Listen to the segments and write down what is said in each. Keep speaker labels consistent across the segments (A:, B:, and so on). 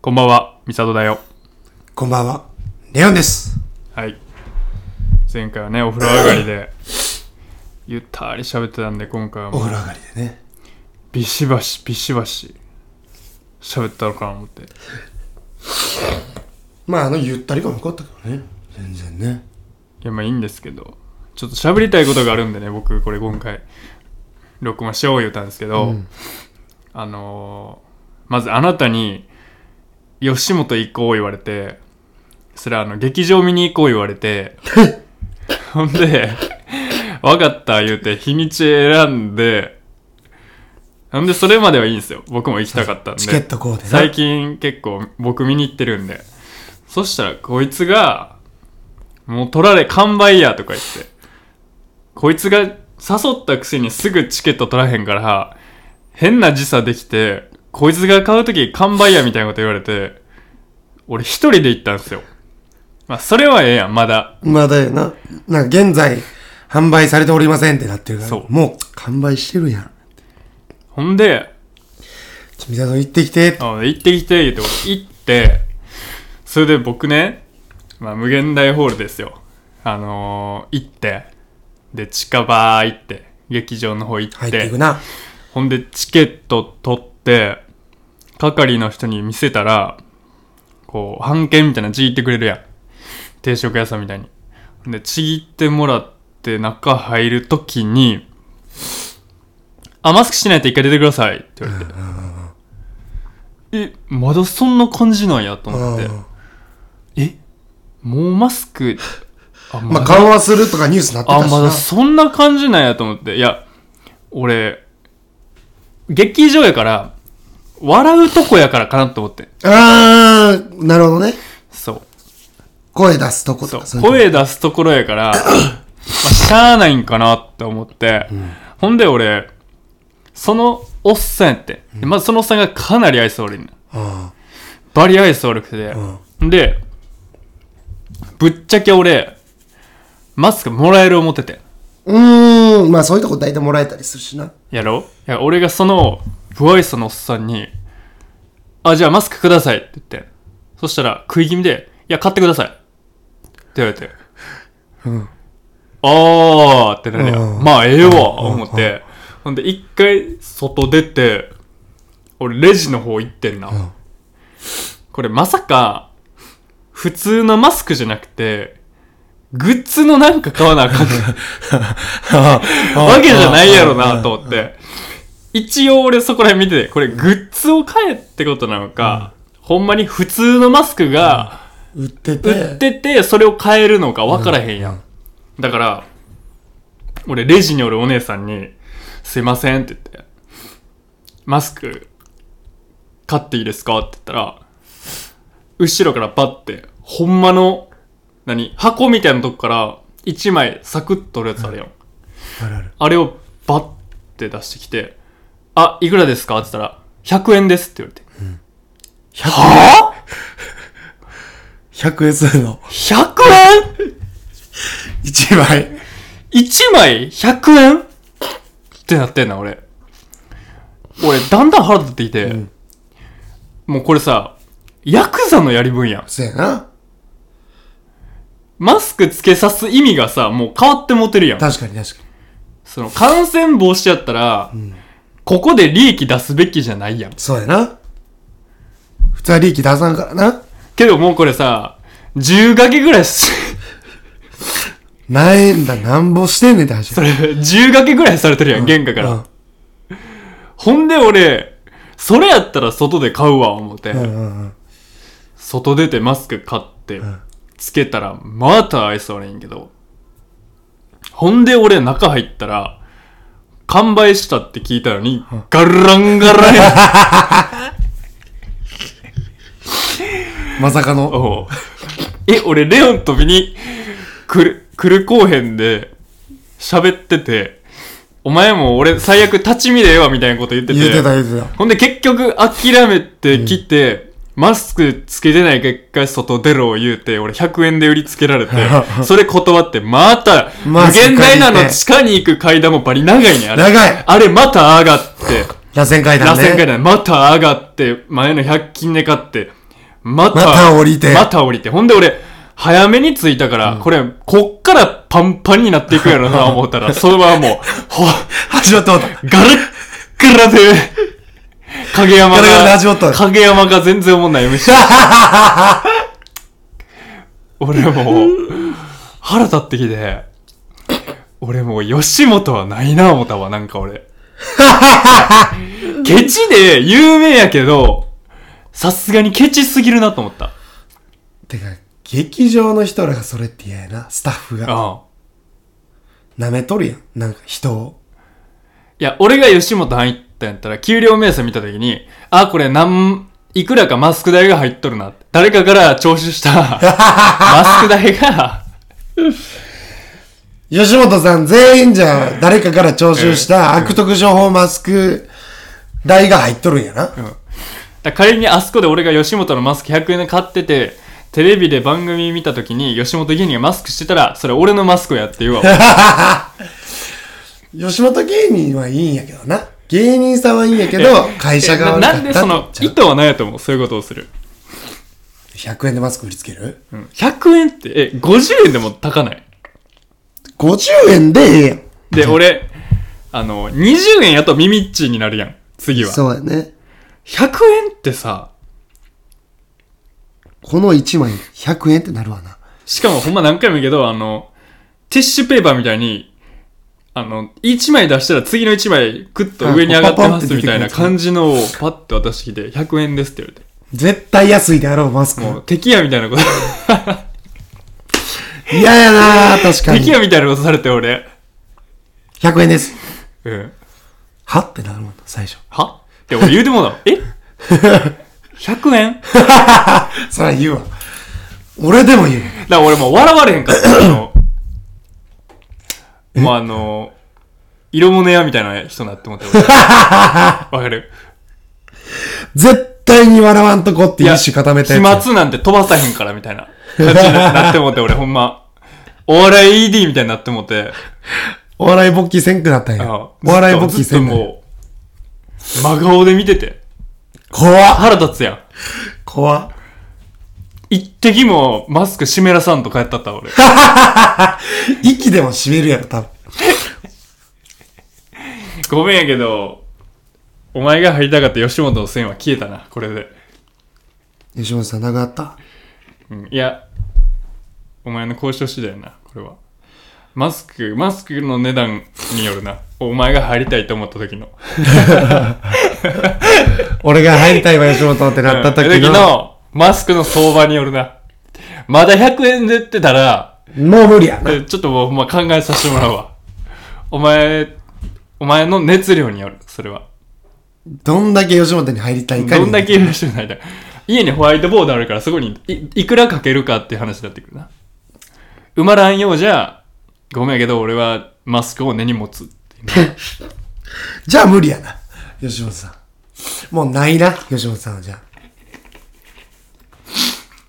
A: こんばんは、ミサトだよ。
B: こんばんは、レオンです。
A: はい。前回はね、お風呂上がりで、 ゆったり喋ってたんで、今回は
B: お
A: もう
B: 風呂上がりでね。
A: ビシバシ、ビシバシ、喋ったのかなと思って。
B: まあ、あの、ゆったり感も残ったけどね。全然ね。
A: いや、まあいいんですけど、ちょっと喋りたいことがあるんでね、僕、これ今回、録音しよう言ったんですけど、
B: うん
A: あのーまずあなたに、吉本行こう言われて、それはあの、劇場見に行こう言われ て、ほんで、わかった言うて、日にち選んで、なんでそれまではいいんですよ。僕も行きたかったんで。
B: チケットこうでな
A: 最近結構僕見に行ってるんで。そしたらこいつが、もう取られ、完売やとか言って。こいつが誘ったくせにすぐチケット取らへんから、変な時差できて、こいつが買うとき完売やみたいなこと言われて、俺一人で行ったんですよ。まあそれはええやん、まだ。
B: まだよな。なんか現在、販売されておりませんってなってるから。
A: そう
B: もう、完売してるやん。
A: ほんで、
B: ちょ、みさと行ってきて。
A: あ行ってきて、言って、俺行って、それで僕ね、まあ、無限大ホールですよ。あのー行って、で、近場行って、劇場の方行っ、
B: 入ってていくな。
A: ほんで、チケット取って、係の人に見せたら、こう、半券みたいなのちぎってくれるやん。定食屋さんみたいに。ほんで、ちぎってもらって、中入るときに、あ、マスクしないと一回出てくださいって言われて。え、まだそんな感じなんやと
B: う
A: 思って。
B: ん。
A: え、もうマスク、あ、ま
B: まあ、緩和するとかニュースなってたし
A: あ、
B: な。
A: まだそんな感じなんやと思って。いや、俺、劇場やから、笑うとこやからかなと思って。
B: あー、なるほどね。
A: そう。
B: 声出すとこと
A: そう
B: か。そういう
A: 声出すところや から、まあ、しゃあないんかなって思って、ほんで俺、そのおっさんやって。でまずそのおっさんがかなり愛想悪いねん
B: と。うん。
A: バリアイス悪くて、で、ぶっちゃけ俺、マスクもらえる思ってて。
B: うーん、まあそういうとこ大体もらえたりす るしな。
A: やろいや俺がその不愛想のおっさんに「あじゃあマスクください」って言ってそしたら食い気味で「いや買ってください」って言われて
B: うん。
A: あーってなるやん
B: うん
A: まあええわ思ってほんで一回外出て俺レジの方行ってんな、
B: ん
A: これまさか普通のマスクじゃなくてグッズのなんか買わなあかんねんわ
B: わ
A: けじゃないやろなと思って。一応俺そこら辺見てて、これグッズを買えってことなのか、ほんまに普通のマスクが
B: 売ってて。
A: 売ってて、それを買えるのかわからへんやん。だから、俺レジにおるお姉さんに、すいませんって言って、マスク買っていいですかって言ったら、後ろからパッて、ほんまの、何箱みたいなとこから、一枚サクッと取るやつあるやん。
B: あるある。
A: あれをバッて出してきて、あ、いくらですかって言ったら、100円ですって言われて。はぁ
B: 100円するの。
A: ?100 円
B: 1枚。
A: ?1 枚100円ってなってんな、俺。俺、だんだん腹立ってきて、
B: ん
A: もうこれさ、ヤクザのやり分やん。
B: そうやな。
A: マスクつけさす意味がさ、もう変わってもてるやん。
B: 確かに確かに。
A: その、感染防止やったら、ここで利益出すべきじゃないやん。
B: そうやな。普通は利益出さんからな。
A: けどもうこれさ、10掛けぐらいし、
B: 何円だ、なんぼしてんねんって話
A: それ、10掛けぐらいされてるやん、原価から。
B: うん
A: ほんで俺、それやったら外で買うわ、思って。
B: うんうんうん。
A: 外出てマスク買って、つけたら、また愛想悪いんやけど。ほんで俺中入ったら、完売したって聞いたのに、ガランガランや。
B: まさかの。
A: おうえ、俺、レオンとビに、来る、来る後編で、喋ってて、お前も俺、最悪立ち見でええわ、みたいなこと言ってて。
B: 言ってた言ってた。
A: ほんで、結局、諦めて来て、マスクつけてない結果、外出ろ、言うて、俺100円で売りつけられて、 それ断って、また、無
B: マスク
A: 限大な
B: 借り
A: の
B: て
A: 地下に行く階段もバリ長いね、あれ。
B: 長い
A: あれ、また上がって。
B: 螺旋階
A: 螺
B: 段ね。
A: 旋階段また上がって前の100均で買ってまた、
B: また降りて
A: また降りて。ほんで俺、早めに着いたから、これ、こっからパンパンになっていくやろな、思ったら、 そのままもう、ほ、
B: 始まった終わった。
A: ガラッガラで、影山が、
B: ガラガラで始まった
A: 影山が全然おもん ない MC。俺もう、腹立ってきて、俺もう吉本はないな思ったわ、なんか 俺。ケチで有名やけど、さすがにケチすぎるなと思った。
B: てか、劇場の人らがそれって嫌やな、スタッフが。
A: うん。
B: 舐めとるやん。なんか人を。
A: いや、俺が吉本入ったんやったら、給料明細見たときに、あ、これなん、いくらかマスク代が入っとるなって。誰かから徴収した マスク代が、
B: 吉本さん全員じゃ、誰かから徴収した悪徳情報マスク代が入っとるんやな。
A: だから仮にあそこで俺が吉本のマスク100円で買ってて、テレビで番組見たときに吉本芸人がマスクしてたら、それ俺のマスクやって言 うわ。
B: 吉本芸人はいいんやけどな。芸人さんはいいんやけど、会社
A: な
B: が悪かった
A: なんでその、
B: ちゃ
A: 意
B: う
A: 図はないと思う。そういうことをする。
B: 100円でマスク売りつける
A: うん100円って、え、50円でも高ない。
B: ?50 円でええやん。
A: で、俺、あの、20円やとミミッチーになるやん。次は。
B: そうやね。
A: 100円ってさ、
B: この1枚100円ってなるわな。
A: しかもほんま何回も言うけど、あの、ティッシュペーパーみたいに、あの、1枚出したら次の1枚、クッと上に上がってますみたいな感じのをパッと渡してきて、100円ですって言われ
B: 絶対安いであろう、マスク。
A: て。もう、敵やみたいなこと、
B: 嫌やな 確かに
A: 敵。やみたいなことされて俺。
B: 100円です。
A: うん。
B: はってなるもんな、最初。
A: はって俺言うてもうだろ。え ?100 円
B: そら言うわ。俺でも言う。
A: だから俺もう笑われへんかった。あの、もうあの、色物屋みたいな人になって思って俺わかる
B: 絶対に笑わんとこって
A: いや
B: 一種固めた
A: 飛
B: やつ。
A: 沫なんて飛ばさへんからみたいな感じになってもって、俺ほんま、お笑い ED みたいになってもって、
B: お笑い勃起せんくなったん
A: あ
B: や。
A: の
B: お笑い勃
A: ず
B: 起
A: っ
B: せ
A: と
B: んくなった。
A: もう、真顔で見てて、
B: 怖っ。
A: 腹立つやん。
B: 怖っ。
A: 一滴もマスク湿らさんと帰ったったわ俺。
B: 息でも締めるやろ、多分。
A: ごめんやけど、お前が入りたかった吉本の線は消えたな、これで。
B: 吉本さん、なくなった
A: うんいや、お前の交渉次第やな、これは。マスク、マスクの値段によるな。お前が入りたいと思った時の。
B: 俺が入りたいわ、吉本ってなった時
A: うん
B: の。
A: マスクの相場によるな。まだ100円で売ってたら、
B: もう無理やな。
A: えちょっともうほんま考えさせてもらうわ。お前、お前の熱量による、それは。
B: どんだけ吉本に入りたいかに
A: どんだけ許してないだ。家にホワイトボードあるから、そこにいいくらかけるかっていう話になってくるな。埋まらんようじゃ、ごめんやけど俺はマスクを根に持つっていうね
B: じゃあ無理やな。吉本さん。もうないな、吉本さんはじゃあ。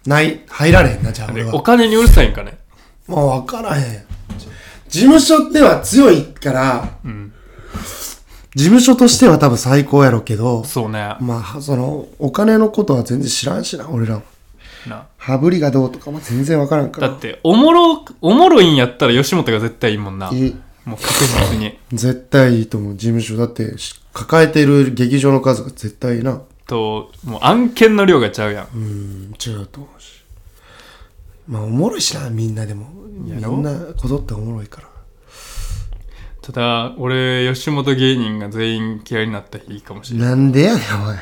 B: ない、入られへんな、じゃあ俺は。
A: お金にうるさいんかね。
B: もう分からへん。事務所では強いから、事務所としては多分最高やろうけど、
A: そうね。
B: まあ、その、お金のことは全然知らんしな、俺らも。
A: な
B: 羽振りがどうとかも全然分からんか
A: だ
B: ら
A: っ。て、おもろ、おもろいんやったら吉本が絶対いいもんな。
B: いい
A: もう確実に。
B: 絶対いいと思う、事務所。だって、し抱えてる劇場の数が絶対いいな。
A: と、もう案件の量がちゃうやん。
B: うん、違うと思うし。まあ、おもろいしな、みんなでも。み
A: ろ
B: んな、こぞっておもろいから。
A: ただ、俺、吉本芸人が全員嫌いになった日いいかもしれない。
B: なんでやねん、お前。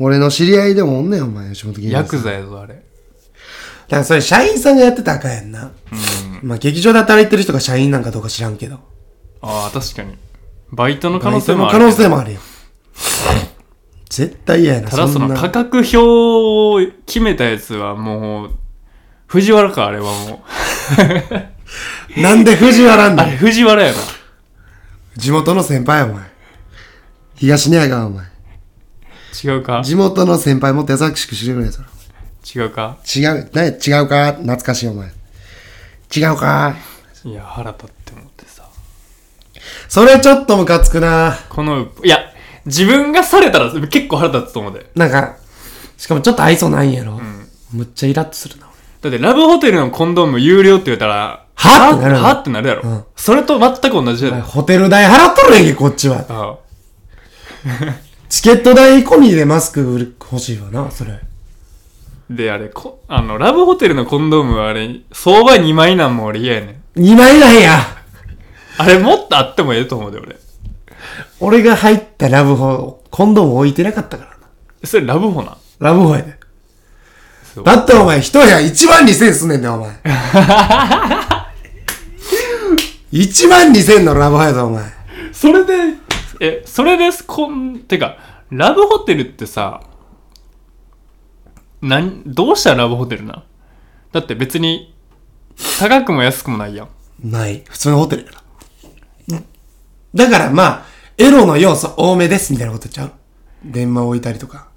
B: 俺の知り合いでもおんねん、お前、吉本芸人さん
A: ヤクザやぞ、あれ。
B: だからそれ社員さんがやってたらあかんやんな。まあ劇場で働いてる人が社員なんかどうか知らんけど。
A: ああ、確かに。バイトの可能性
B: そ
A: も
B: の
A: あ
B: 可
A: る。
B: 能性もあるよ。絶対嫌やな。
A: ただ、そ
B: ん
A: の
B: な
A: 価格表を決めたやつはもう、藤原か、あれはもう。
B: なんで藤原なん
A: あ
B: だ
A: れ、
B: よ
A: 藤原やな。
B: 地元の先輩や、お前。東根やが、お前。
A: 違うか
B: 地元の先輩もっと優しくしてくれやそら。
A: 違うか
B: 違う、なや違うか懐かしい、お前。違うか
A: いや、腹立って思ってさ。
B: それちょっとムカつくな
A: この、いや、自分がされたら結構腹立つと思うで。
B: なんか、しかもちょっと愛想ないんやろ。
A: ん
B: むっちゃイラッとするな。
A: だってラブホテルのコンドーム有料って言ったら、
B: はってなるよね
A: はってなるやろ。
B: うん
A: それと全く同じやろ。
B: ホテル代払っとるやんけ、こっちは。
A: あ
B: チケット代込みでマスク欲しいわな、それ。
A: で、あれ、こあの、ラブホテルのコンドームはあれ、相場2枚なんも俺嫌やねん。
B: 2枚なんや。
A: あれもっとあってもええと思うで、俺。
B: 俺が入ったラブホ、コンドーム置いてなかったからな。
A: それラブホなん。
B: ラブホやで。
A: そう
B: だってお前、一部屋1万2000すんねんだ よ、お前。1万2000のラブホやぞ、お前。
A: それで、え、それです、こん、てか、ラブホテルってさ、なん、どうしたらラブホテルなんだって別に、高くも安くもないやん。
B: ない。普通のホテルやろ。だからまあ、エロの要素多めです、みたいなことちゃう。電話置いたりとか。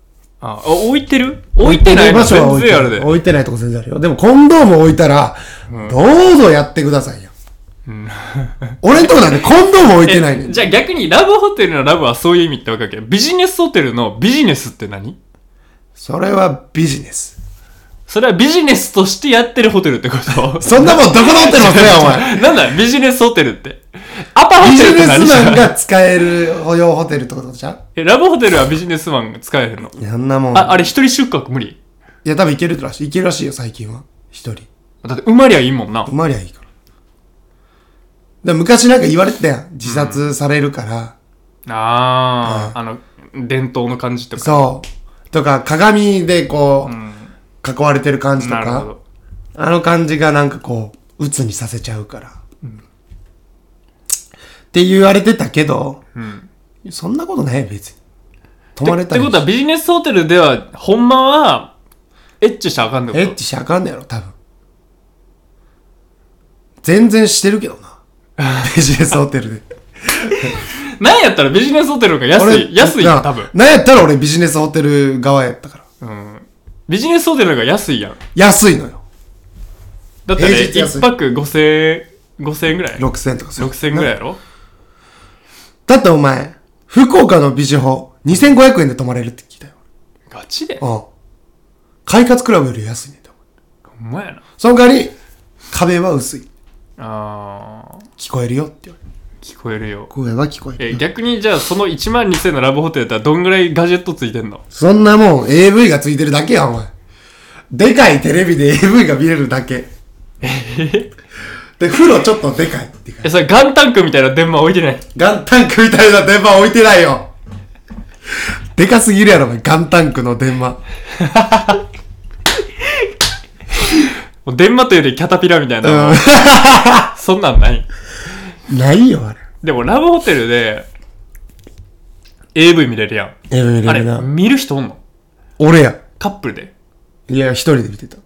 A: あ、お置いてる置いてない
B: 場所は置い
A: 全
B: て
A: 然あ
B: る
A: れで。
B: 置いてないとこ全然あるよ。でも、コンドーム置いたら、どうぞやってくださいよ。俺んとこなんてコンドーム置いてないね
A: え
B: ん。
A: じゃあ逆にラブホテルのラブはそういう意味ってわかるけど、ビジネスホテルのビジネスって何
B: それはビジネス。
A: それはビジネスとしてやってるホテルってこと
B: そんなもんどこのホテルもせよ、お前。
A: なんだビジネスホテルって。アパホ
B: ビ
A: テルって
B: ジネ
A: 何
B: ス
A: じ
B: マ
A: ゃな
B: ン
A: い
B: が使える保養ホテルってことじゃ
A: え、ラブホテルはビジネスマンが使えへんの。
B: んあんなもん。
A: あ、あれ一人出国無理
B: いや、多分いけるらしい。いけるらしいよ、最近は。一人。
A: だって埋まりゃいいもんな
B: 埋。まりゃいいから。で昔なんか言われてたやん。自殺されるから。
A: ああ、あの、伝統の感じとか。
B: そう。とか、鏡でこう、
A: ん
B: 囲われてる感じと
A: なるほ
B: か。
A: ど。
B: あの感じがなんかこう、鬱にさせちゃうから。って言われてたけど、
A: うん。
B: そんなことないよ、別に。泊ま
A: っ
B: れ
A: て
B: たり
A: ことはビジネスホテルでは、ほんまは、エッチしたらあかんって
B: エ
A: こ
B: ッチしちゃあかんねやろ、多分。全然してるけど な。ビジネスホテルで。
A: となんやったらビジネスホテルが安い。安いよ、
B: な
A: 多分。
B: なんやったら俺ビジネスホテル側やったから。
A: うん。ビジネスホテルが安いやん。
B: 安いのよ。
A: だって
B: 平日安
A: 1
B: い
A: 泊5000円、5000円ぐらい
B: 6000円とかする。
A: ?6000 円ぐらいやろ
B: だってお前、福岡のビジホ、2500円で泊まれるって聞いたよ。
A: ガチで
B: うん。快活クラブより安いねんてお前
A: ほんまやな。
B: その代わり、壁は薄い。
A: あー、
B: 聞こえるよって言われる。
A: 聞こえるよ。
B: 声は聞こえる
A: え、
B: よ。
A: 逆にじゃあその1万2000のラブホテルだったらどんぐらいガジェットついてんの
B: そんなもん AV がついてるだけや、お前。でかいテレビで AV が見れるだけ。で、風呂ちょっとでかいっていうか
A: え、それガンタンクみたいな電話置いてない。
B: ガンタンクみたいな電話置いてないよ。でかすぎるやろ、お前ガンタンクの電話。
A: もう電話というよりキャタピラみたいな。そんなんない。
B: ないよ、あれ。
A: でもラブホテルで AV 見れるやん。
B: AV 見
A: あ
B: れ
A: れ
B: るな。
A: 見る人おんの
B: 俺や。
A: カップルで。
B: いや、一人で見てた。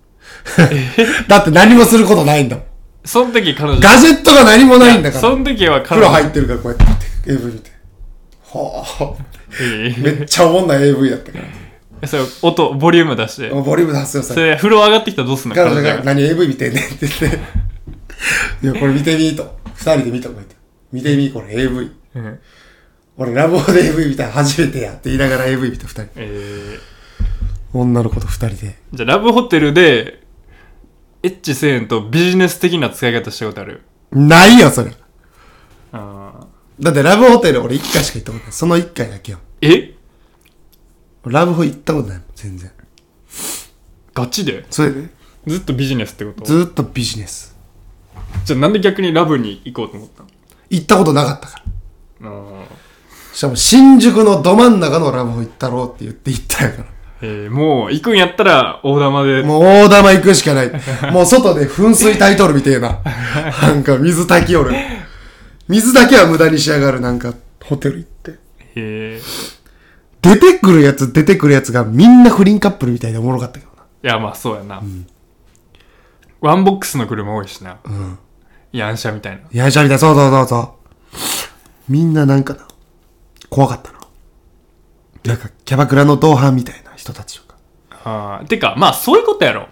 B: だって何もすることないんだもん。
A: その時彼女。
B: ガジェットが何もないんだから。
A: その時は彼
B: 風
A: 女。
B: 呂入ってるから、こうやって見て。AV 見て。はあ。めっちゃおもんない AV やったから。
A: えそれ音、ボリューム出して。
B: ボリューム出すよ、そ
A: そ
B: れ。
A: れ風呂上がってきたらどうすんの
B: 彼女
A: 体
B: が
A: が
B: 何 AV 見てんねんって言って。いや、これ見てみーと。二人で見たこうやって。見てみー、これ AV。
A: うん
B: 俺ラボで AV 見たの初めてやって言いながら AV 見た二人。
A: えー
B: 女の子と二人で。
A: じゃあラブホテルでエッチ1000円とビジネス的な使い方したことある
B: ないよ、それ。
A: あ
B: だってラブホテル俺一回しか行ったことない。その一回だけよ。
A: ーえ
B: ラブホ行ったことないもん、全然。
A: ガチで
B: それで
A: ずっとビジネスってこと
B: ずーっとビジネス。
A: じゃあなんで逆にラブに行こうと思ったの
B: 行ったことなかったか
A: あ
B: ら。
A: ー
B: しかも新宿のど真ん中のラブホ行ったろうって言って行ったんやか
A: えー、もう行くんやったら大玉で
B: ら。もう大玉行くし かない。もう外で噴水タイトルみてえな。なんか水炊きよる。水だけは無駄にしやがる、なんか、ホテル行って。
A: えー、
B: 出てくるやつ出てくるやつがみんな不倫カップルみたいでおもろかったけどな。
A: いやまあそうやな、ワンボックスの車多いしな、ヤンシャみたいな
B: やいしゃみたい、そうそうそうそう。みんななんかな、怖かったな。なんか、キャバクラの同伴みたいな人たちとか。
A: あーてかまあそういうことやろ、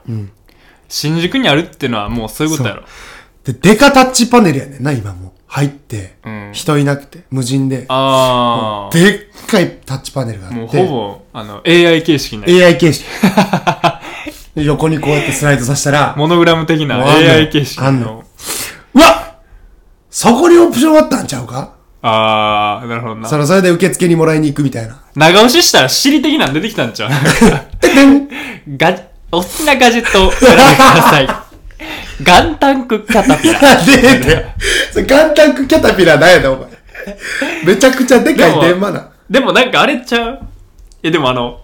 A: 新宿にあるってのはもうそういうことやろ
B: で、デカタッチパネルやねんな、今もう。入って、
A: うん
B: 人いなくて、無人で。
A: ああ
B: でっかいタッチパネルがあって。
A: もうほぼあの、AI 形式になる。
B: AI 形式。 で横にこうやってスライドさせたら、
A: モノグラム的な
B: もうあんの
A: AI 形式
B: あん
A: の
B: の。うわそこにオプションあったんちゃうか
A: あー、なるほどな
B: そ。の、それで受付にもらいに行くみたいな。
A: 長押ししたら尻的なん出てきたんちゃうガジお好きなガジェットを選んでください。 ガンタンクキャタピラ。
B: で、で、 それガンタンクキャタピラーなんやだ、お前。めちゃくちゃでかい電話な。
A: でもなんかあれちゃうえ、でもあの、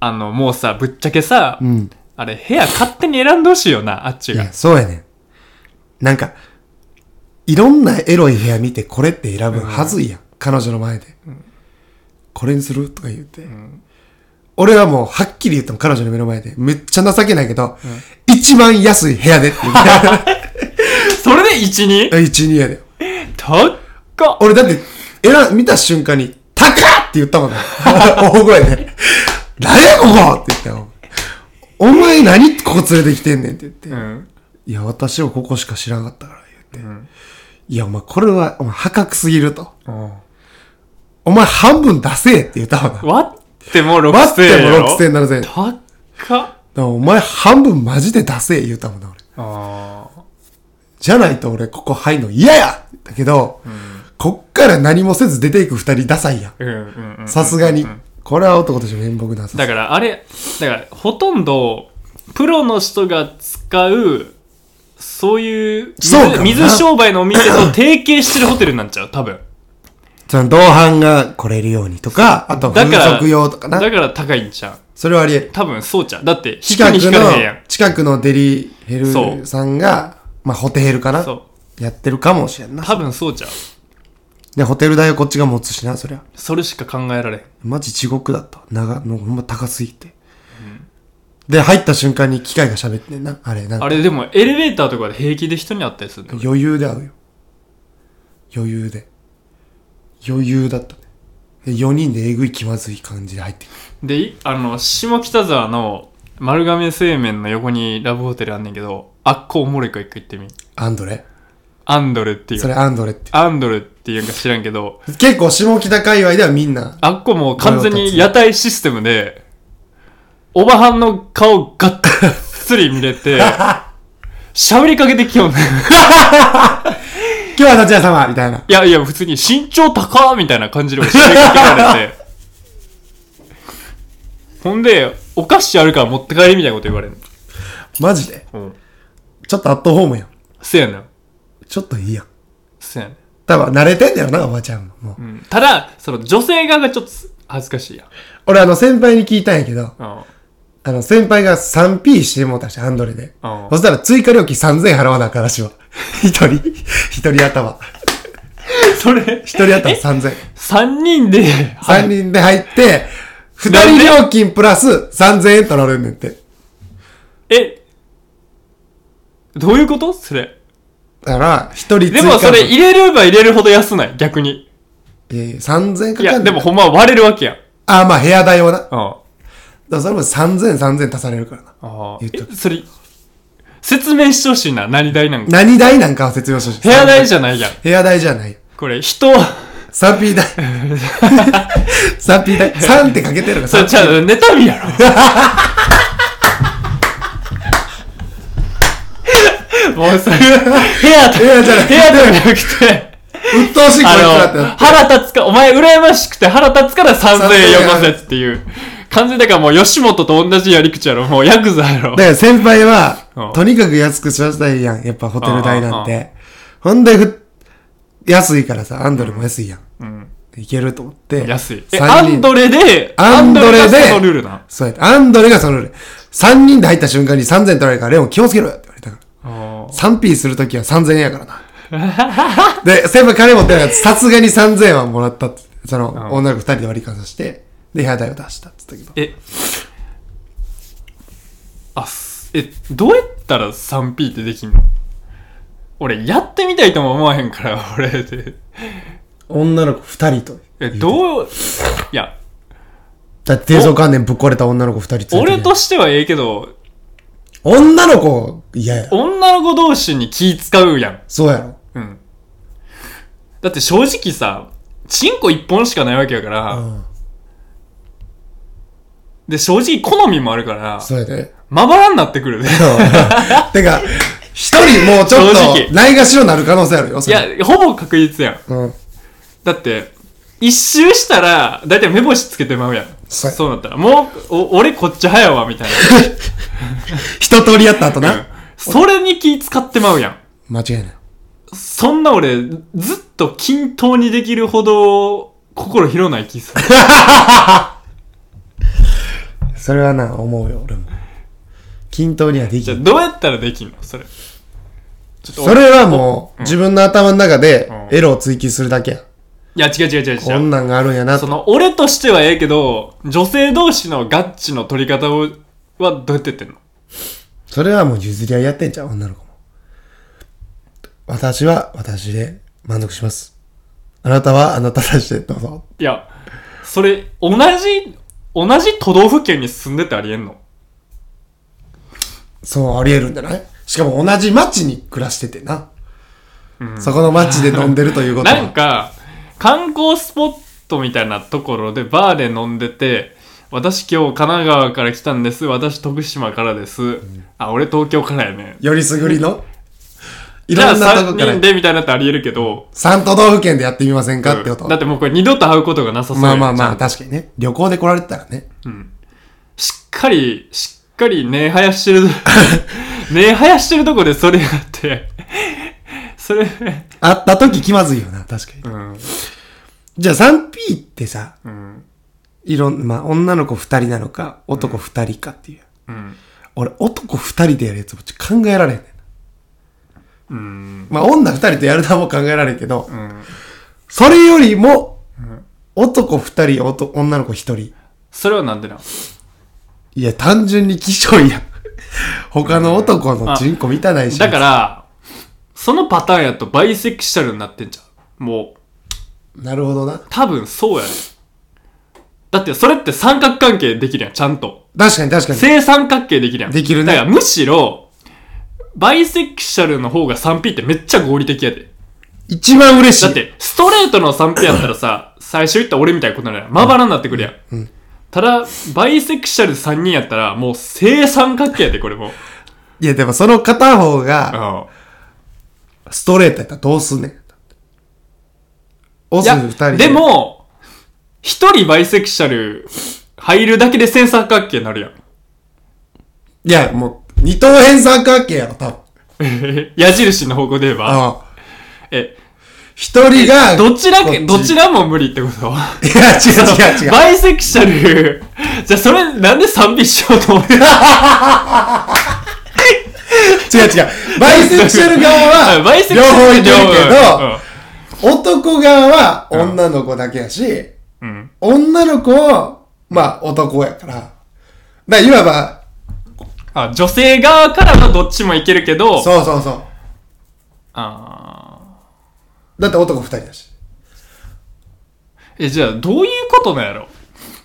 A: あの、もうさ、ぶっちゃけさ、
B: ん
A: あれ、部屋勝手に選んでほしいよな、あっち
B: い
A: が
B: や、。そうやねん。なんか、いろんなエロい部屋見てこれって選ぶはずいやん。彼女の前で。これにするとか言って。俺はもう、はっきり言っても彼女の目の前で、めっちゃ情けないけど、一番安い部屋でって言っ
A: それで1、2?
B: て。 一二やで。
A: 高っこ
B: 俺だって、選ん、見た瞬間に、高っって言ったもんね。 大声で。何やここって言ったよ。お前何ここ連れてきてんねんって言って。
A: うん。
B: いや、私はここしか知らなかったから言って。いや、お前これは、お前破格すぎると。お前半分出せって言ったわな。
A: 割っても6000円。
B: 待っても6000円
A: 円。
B: になるぜ。だか
A: 高っ。
B: らお前半分マジで出せ言ったもんな、俺。
A: あー
B: じゃないと俺ここ入んの嫌やだけど、こっから何もせず出ていく二人ダサいやん。
A: うんうんうん。
B: さすがに。これは男として面目なさ
A: だからあれ、だからほとんどプロの人が使う、そういう水
B: そうかもな
A: 水商売のお店と提携してるホテルになっちゃう、多分。
B: その同伴が来れるようにとか、あと
A: だ
B: 風
A: から、
B: 俗用とかな
A: だ。から高いんちゃう。
B: それはあり得る。
A: 多分そうちゃう。だって、引く
B: 近く
A: に引かれへんや
B: の
A: ん、。
B: 近くのデリヘ
A: そう
B: ルさんが、まあ、ホテヘルかな
A: そ
B: やってるかもしれんな。
A: 多分そうちゃう。
B: で、ホテル代をこっちが持つしな、そりゃ。
A: それしか考えられへん。
B: マジ地獄だった。長、のほんま高すぎて。で、入った瞬間に機械が喋ってんな。あれ、なん
A: あ
B: か、
A: れでもエレベーターとかで平気で人に会ったりするの
B: 余裕で会うよ。余裕で。余裕だったね。で、4人でえぐい気まずい感じで入ってくる。
A: で、いあの、下北沢の丸亀製麺の横にラブホテルあんねんけど、あっこおもろいから一回行ってみ。
B: アンドレ
A: アンドレっていう
B: そ。れアンドレって。
A: アンドルっていうんか知らんけど、
B: 結構下北界隈ではみんな、
A: あっこもう完全に屋台システムで、おばはんの顔がっつり見れて、喋りかけてきよんね。
B: 今日はどちら様みたいな。
A: いやいや、普通に身長高みたいな感じで喋りかけられて。ほんで、お菓子あるから持って帰りみたいなこと言われる
B: マジで
A: の。うん。
B: ちょっとアットホームやん。
A: せやねん。
B: ちょっといいやん。
A: せやねん。
B: 多分慣れてんだよな、おばちゃんも。もう
A: うん。ただ、その女性側がちょっと恥ずかしいやん。
B: 俺あの先輩に聞いたんやけど、
A: うん。
B: あの先輩が 3P してもうたし、アンドレで。
A: ああ
B: そしたら追加料金3000円払わなあ からしは。一人、一人頭。
A: それ、
B: 一人頭3000円。
A: 3人で、
B: 3人で入って、二
A: なんで
B: 人料金プラス3000円取られるねんって。
A: え、どういうことそれ。
B: だから、一人追加
A: でもそれ
B: い
A: 入れれば入れるほど安ない、逆に。
B: やいや、3000円か
A: い
B: か
A: や、
B: ん
A: で
B: ねん
A: もほんまは割れるわけやん。
B: あ、まあ部屋代はな。だか
A: うん。あ
B: らそれも3000、3000円足されるからな。
A: あ
B: 言っとく
A: えそれ、説明してほしいな、何代なんか。
B: 何代なんかは説明してほしい。
A: 部屋代じゃないやん。
B: 部屋代じゃない。
A: これ、人、
B: 3P 代。3P 代。3ってかけてるから
A: それ、ちゃう、妬みや ろ。もうそれ、部屋と、
B: 部屋じゃない
A: 部屋とかじゃなくて、
B: 鬱陶しいこいつだ
A: あ
B: って
A: の
B: なっ、て。
A: 腹立つか、お前羨ましくて腹立つから3000円よこせっていう。完全にだからもう吉本と同じやり口やろ。もうヤクザやろ
B: だ。から先輩
A: うん
B: は、とにかく安くしなさいやん。やっぱホテル代なん
A: うん
B: て。ほんで、ふ安いからさ、アンドレも安いやん。
A: うん。
B: いけると思って。
A: 安い。え、ア
B: 三人
A: ンドレで、
B: アンドレで
A: アンがそのルールな。
B: そうやって。アンドレがそのルール。3人で入った瞬間に3000取られるから、レオン気をつけろよって言われたから。3P するときは3000円やからな。で、先輩金持ってなかった。さすがに3000円はもらったって。その、女の子2人で割り勘させて、で、部屋代を出したって言ったけど。
A: え、あ、すえ、どうやったら 3P ってできんの俺、やってみたいとも思わへんから、 俺で。
B: 女の子2人と。
A: え、どう、いや、
B: だって低層観念ぶっ壊れた女の子2人連れて
A: 俺としてはええけど、
B: 女の子、嫌や。
A: 女の子同士に気使うやん。
B: そうやろ。
A: うん。だって正直さ、チンコ一本しかないわけやから、
B: うん。
A: で、正直好みもあるから、
B: そうやで。
A: まばらになってくるね。
B: てか、一人もうちょっ
A: 正直
B: と、ないがしろになる可能性あるよ、そ
A: い
B: れ。
A: や、ほぼ確実やん。
B: うん。
A: だって、一周したら、だいたい目星つけてまうやん。
B: そう
A: そうなったら、もう、お俺こっち早わ、みたい
B: 一通りやった後
A: な。うん
B: な。
A: それに気使ってまうやん。
B: 間違いない。
A: そんな俺、ずっと均等にできるほど、心広ない気する。
B: それはな、思うよ、俺も。均等にはでき
A: じゃあ、
B: る。
A: どうやったらできんのそれ。ちょっと
B: それはもう、自分の頭の中で
A: うん、
B: エロを追求するだけ
A: いや、
B: や。
A: 違う違う違う
B: こ
A: 違
B: ん
A: う。
B: なんがあるんやな
A: そ
B: と。
A: の、俺としてはええけど、女性同士のガッチの取り方を、はどうやってやってんの
B: それはもう譲り合いやってんじゃん、女の子も。私は私で満足します。あなたはあなたたちでどうぞ。
A: いや、それ、同じ、同じ都道府県に住んでてありえんの
B: そう、あり得るんじゃないしかも同じ町に暮らしててな。そこの町で飲んでるということは。
A: なんか、観光スポットみたいなところでバーで飲んでて、私今日神奈川から来たんです。私徳島からです。あ、俺東京からやね。
B: よりすぐりのい
A: じゃ
B: ろ
A: あ
B: んなと
A: 3
B: こから
A: 人でみたいなってありえるけど、
B: 3都道府県でやってみませんかってこ
A: う
B: と
A: んだってもうこれ二度と会うことがなさそう
B: ま
A: や
B: あ
A: ん
B: まあま
A: ちゃん
B: あ
A: と
B: 確かにね旅行で来られてたらね
A: しっかり、しっかり根生やしてる、 根生やしてるとこでそれやって、それ、
B: 会った時気まずいよな確かに
A: うん、
B: じゃあ 3P ってさ
A: うん、
B: いろんまあ女の子2人なのか男2人かっていう、
A: うん、
B: 俺男2人でやるやつもちょっと考えられへんねん
A: うん、
B: まあ女2人とやるのも考えられんけど、
A: うん。
B: それよりも男2人おと女の子1人
A: それはなんでなん
B: いや単純に希少いやん他の男の人口満たないし
A: だから、そのパターンやとバイセクシャルになってんじゃん。もう、
B: なるほどな
A: 多分そうやねだってそれって三角関係できるやん、ちゃんと。
B: 確かに確かに
A: 正三角形できるやん。
B: できるね
A: だからむしろ、バイセクシャルの方が 3P ってめっちゃ合理的やで。
B: 一番嬉しい
A: だって、ストレートの 3P やったらさ、最初言った俺みたいなことになるやん。まばらになってくるやん。ただ、バイセクシャル3人やったら、もう正三角形やで、これもう。
B: いや、でもその片方
A: う
B: が、
A: ん。
B: ストレートやったらどうすんねん。オ
A: い
B: ス
A: や
B: 二人
A: で、も、一人バイセクシャル入るだけで正三角形になる やん。
B: いや、もう、二等辺三角形やろ、多分。
A: 矢印の方向で言えば。
B: ああ。
A: え、
B: 一人が、
A: どちらか、どち
B: ら
A: らも無理ってこと
B: いや、違う違う違 う。
A: バイセクシャル、じゃあそれなんで賛美しようと思って
B: 違う違う。バイセクシャル側 は、
A: バイセク
B: 両
A: シャ
B: 方
A: ル
B: いける
A: 両
B: けど、男側は女の子だけやし、
A: 方うんうん。
B: 女の子を、まあ、男やから。だから、いわば、
A: あ、女性側からはどっちもいけるけど、
B: そうそうそう。
A: あ
B: だって男二人だし。
A: ーえ、じゃあどういうことなんやろ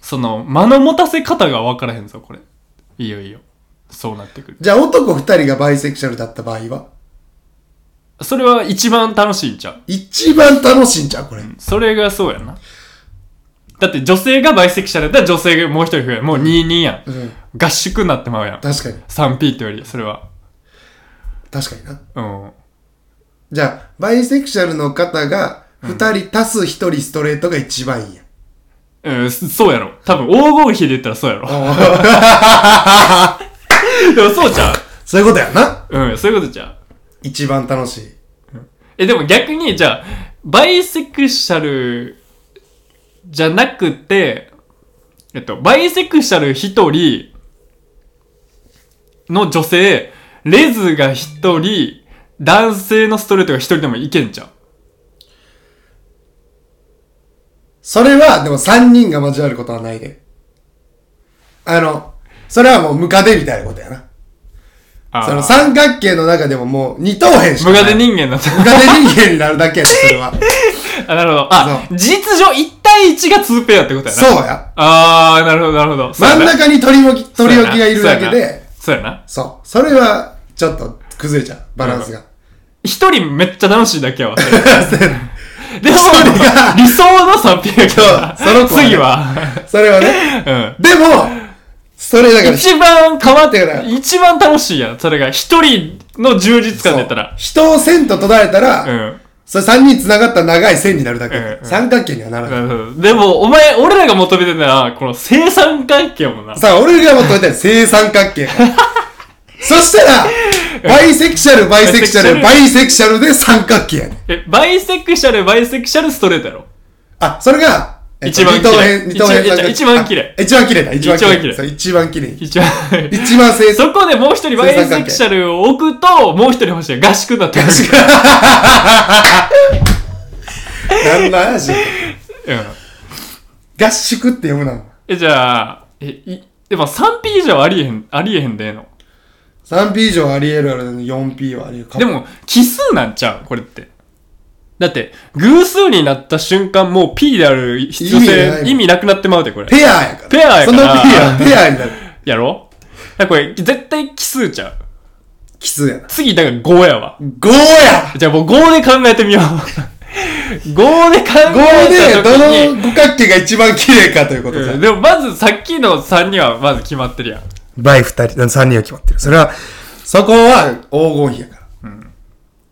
A: その、間の持たせ方が分からへんぞ、これ。いいよいいよ。そうなってくる。
B: じゃあ、男二人がバイセクシャルだった場合は
A: それは一番楽しいんちゃう
B: 一番楽しいんじゃん、これ。
A: それがそうやな。だって女性がバイセクシャルやったら女性がもう一人増える。もう22やん。
B: うん。
A: 合宿になってまうやん。
B: 確かに。
A: 3P ってより、それは。
B: 確かにな。
A: うん。
B: じゃあ、バイセクシャルの方が、二人足す一人ストレートが一番いいや。
A: うん、そそうやろ。多分黄金比で言ったらそうやろ。 でもそうちゃ
B: そういうことやな。
A: う。うん、そういうことちゃう。
B: 一番楽しい。
A: え、でも逆に、じゃあ、バイセクシャルじゃなくて、えっと、バイセクシャル一人の女性、レズが一人、男性のストレートが一人でもいけんじゃん。
B: それは、でも三人が交わることはないで。あの、それはもうムカデみたいなことやな。
A: あ
B: その
A: ー
B: 三角形の中でももう二等辺しか
A: 無
B: ない。
A: 駄で人間だった。
B: ムカデ人間になるだけやで、それは。
A: あ、なるほど。あ、実情1対1が2ペアってことやな。
B: そうや。
A: あー、なるほど、なるほど。そうや
B: 真ん
A: な
B: 中に取り置き、取り置きがいるだけで、。
A: そうやな。
B: そう。それは、ちょっと崩れちゃう。バラン スが。
A: 一人めっちゃ楽しいだけやわ。それでも
B: 一人が、
A: 理想の賛否やけどな、
B: そうその子はね
A: 次は、
B: それはね。
A: うん。
B: でも、それだから、
A: 一番変わっ
B: だから
A: て、一番楽しいやん。それが、一人の充実感で言ったら。
B: 人を線と途絶えたら、
A: うん。
B: それ三人繋がった長い線になるだけ、
A: うんうん
B: 三角形にはならない。
A: うんでも、お前、俺らが求めてるのは、この正三角形やもんな。
B: さあ、俺がもっと言いたい正三角 形。そしたら、バイセクシャル、バイセク シャル、バ
A: バ
B: イセクシャルで三角形やねん。
A: え、バイセクシャル、バイセクシャル、ストレートやろ。
B: あ、それが、えっと
A: 一番
B: 二等
A: 綺麗
B: 辺、二等辺
A: 一
B: 三角形
A: 一番綺麗
B: あ一番綺麗だ、一番綺
A: 一番綺
B: 麗。
A: 麗
B: そう一番綺麗。
A: 一 番。
B: 一番正三
A: そこでもう一人バイセクシャルを置くと、もう一人欲しい。合宿になってる。
B: 何の話
A: うん。
B: 合宿って読むな。
A: え、じゃあ、え、い、でも 3P 以上はありえへん、ありえへんでええの。
B: 3P 以上あり得るあるのに 4P はあり得るか
A: で、も、奇数なんちゃうこれって。だって、偶数になった瞬間、もう P である必要
B: 意味ないも
A: 性、
B: ん
A: 意味なくなってまうで、これ。
B: ペアやから。
A: ペアやから
B: その P はペアになる。
A: やろだからこれ、絶対奇数ちゃう。
B: 奇数やな。
A: 次、だから5やわ。
B: 5や
A: じゃあもう5で考えてみよう。5で 考
B: !5
A: え
B: で、
A: た時
B: ど
A: に、
B: の五角形が一番綺麗かということ
A: う
B: で
A: ん。でもまずさっきの3にはまず決まってるやん。
B: 倍二人、三人は決まってる。それは、そこは黄金比やから。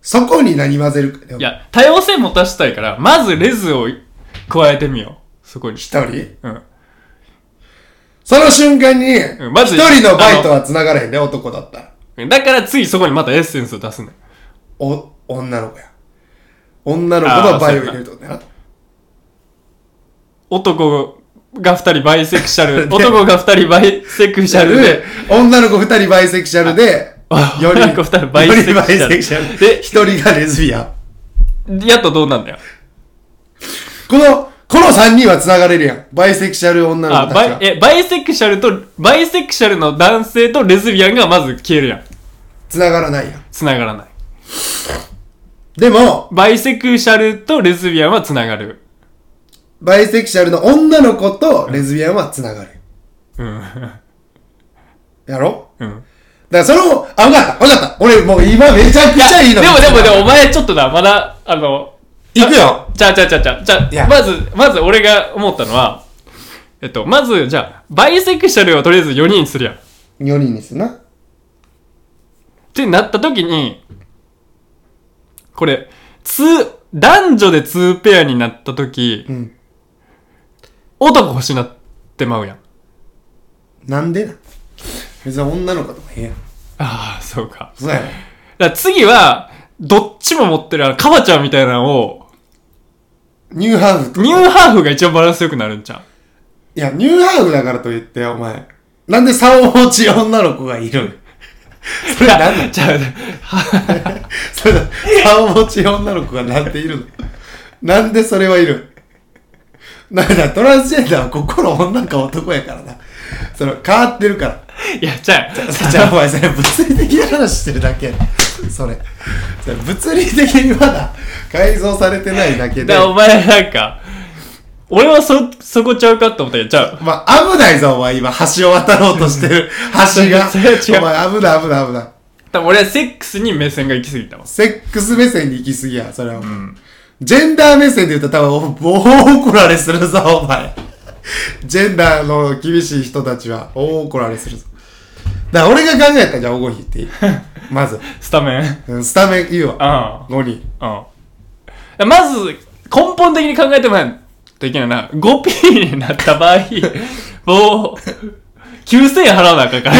B: そこに何混ぜるか。でも
A: いや、多様性持たしたいから、まずレズを加えてみよう。そこに。
B: 一人
A: うん。
B: その瞬間に、
A: んまず
B: 一人の倍とは繋がれへんね、男だったら。
A: だから次そこにまたエッセンスを出すねん。
B: お、女の子や。女の子の倍を入れるってことだよな。
A: 男が二人バイセクシャル、
B: で
A: 男が二人バイセクシャルで、
B: 女の子二人バイセクシャルで、
A: あ
B: より
A: 女の子二人バイセクシャル
B: よりバイセクシャルで、
A: で
B: 一人がレズビアン。
A: やっとどうなんだよ。
B: この、この三人は繋がれるやん。バイセクシャル女の
A: あ
B: 子
A: バ
B: たち
A: イ
B: は。
A: えバイセクシャルと、バイセクシャルの男性とレズビアンがまず消えるやん。
B: 繋がらないやん。
A: 繋がらない。
B: でも、
A: バイセクシャルとレズビアンは繋がる。
B: バイセクシャルの女の子とレズビアンは繋がる。
A: うん。
B: やろ
A: うん。
B: だからその、あ、分かった、分かった。俺もう今めちゃくちゃいいの。
A: でもでもでも、お前ちょっとな、まだ、あの、
B: いくよ。
A: じゃあじゃあじゃあじゃあじ
B: い
A: ゃ
B: や
A: あ、まず、まず俺が思ったのは、えっと、まず、じゃあ、バイセクシャルをとりあえず4人にするやん。っ
B: 4人にするな。
A: てなった時に、これ、2、男女で2ペアになった時、
B: ん
A: 男欲しなってまうやん。
B: なんでな。別に女の子とかええやん。
A: ああ、そうか。
B: そうやろ。
A: だから次は、どっちも持ってる、あのカバちゃんみたいなのを、
B: ニューハーフとか
A: ニューハーフが一番バランス良くなるんじゃん。
B: いや、ニューハーフだからと言って、お前。なんで差を持ち女の子がいる んそれなんなん
A: じゃあ、
B: それ差を持ち女の子がなんでいるのなんでそれはいるんなんだ、トランスジェンダーは心女か男やからな。その、変わって るから。
A: いや、じゃあ、
B: じゃあお前それ物理的な話してるだけやねんそれそれ物理的にまだ改造されてないだけで
A: だからお前なんか、俺はそ、そこちゃうかって思ったけど、ちゃう。
B: まあ危ないぞお前今橋を渡ろうとしてる橋が
A: それは違う
B: お前危ない危ない危ない
A: 多分俺はセックスに目線が行き過ぎたわ。
B: セックス目線に行き過ぎやそれは、ジェンダー目線で言うと多分お 大怒られするぞお前ジェンダーの厳しい人たちは大怒られするぞだから俺が考えたじゃあ黄金比っていいまず
A: スタメン。うん。うん。
B: うんスタメン言うわ5人
A: まず、根本的に考えてもらわないといけないな。5P になった場合、 もう、9000円払わなあかんから。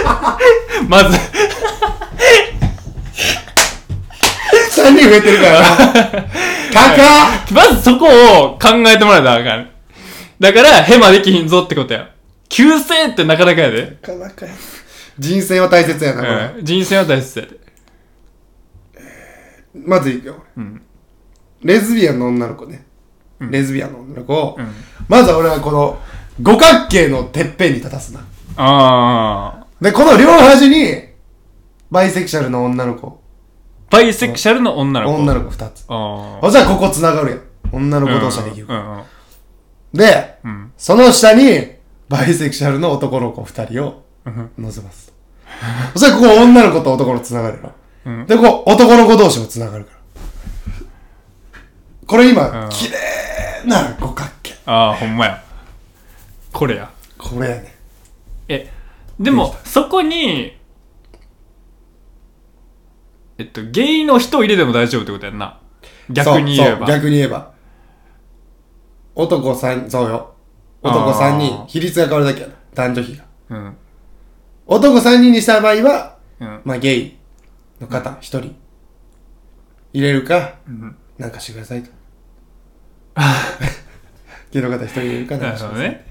A: まず、
B: 3人増えてるからな高っ
A: まずそこを考えてもらえたらあかん。だから、ヘマできひんぞってことや。9000円ってなかなかやで。
B: なかなか人選は大切やな、これ
A: うん。人生は大切やで。
B: まずいくよ、
A: ん
B: レズビアンの女の子ね、レズビアンの女の子を、まずは俺はこの五角形のてっぺんに立たすな
A: ああ。
B: でこの両端にバイセクシャルの女の子
A: バイセクシャルの女の子。
B: 女の子2つ
A: あ
B: ほじゃあここ繋がるやん女の
A: あ。
B: 子同士できる、
A: うんうん
B: で、
A: ん
B: その下にバイセクシャルの男の子2人を
A: うん
B: 乗せますそしたらここ女の子と男の子繋がるよ、
A: ん
B: でここ男の子同士も繋がるからこれ今、
A: うん
B: 綺麗な五角形
A: ああ、ほんまや。これや。
B: これやね
A: え、でも、そこに、えっと、ゲイの人を入れても大丈夫ってことやんな。逆に言えば。
B: そうそう逆に言えば。男三、そうよ。男三
A: あー
B: 人、比率が変わるだけやな。男女比が。
A: うん。
B: 男三人にした場合は、
A: うん。
B: まあ、ゲイの方一人入れるか、
A: ん
B: なんかしてくださいと。ゲイの方一人入れるかな
A: なんる
B: かして
A: ほど
B: ください。
A: ね。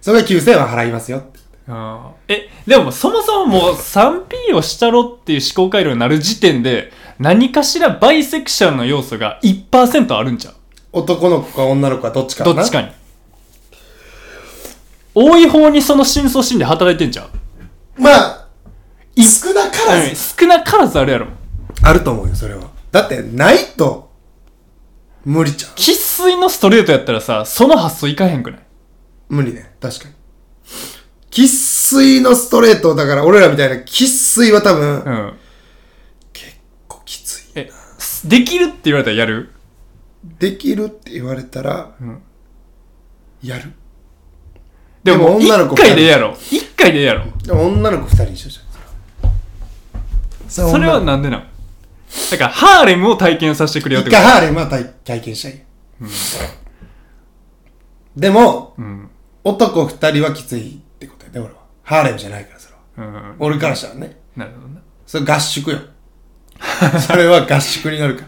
B: それが9000円は払いますよって。
A: うんえ、でもそもそももう 3P をしたろっていう思考回路になる時点で、何かしらバイセクシャルの要素が1%あるんちゃう
B: 男の子か女の子かどっちか
A: どっちかに。多い方にその深層心理働いてんちゃう
B: まあ、少なから
A: うん
B: ず、
A: 少なからずあるやろ。
B: あると思うよ、それは。だって、ないと、無理ちゃう。
A: 生粋のストレートやったらさ、その発想いかへんくない
B: 無理ね、確かに。喫水のストレート、だから俺らみたいな喫水は多分、
A: うん。
B: こうきつい。
A: え、すできるって言われたらやる
B: できるって言われたら、
A: ん
B: やる。
A: でも、
B: でも女の
A: 一
B: 子
A: 回でええやろ。一回でええやろ。
B: でも女の子二人一緒じゃん。そ
A: それは
B: 女の
A: なんでなんだから、ハーレムを体験させてくれよっ
B: 子
A: て
B: 一
A: こ
B: 回ハーレムは体体験したいよ。でも、
A: と。うん。
B: 男二人はきついってことやね、俺は。ハーレムじゃないから、それ
A: う
B: は。
A: ん。
B: 俺からしたらね。
A: なるほどな。
B: それ合 宿よ。それは合宿になるか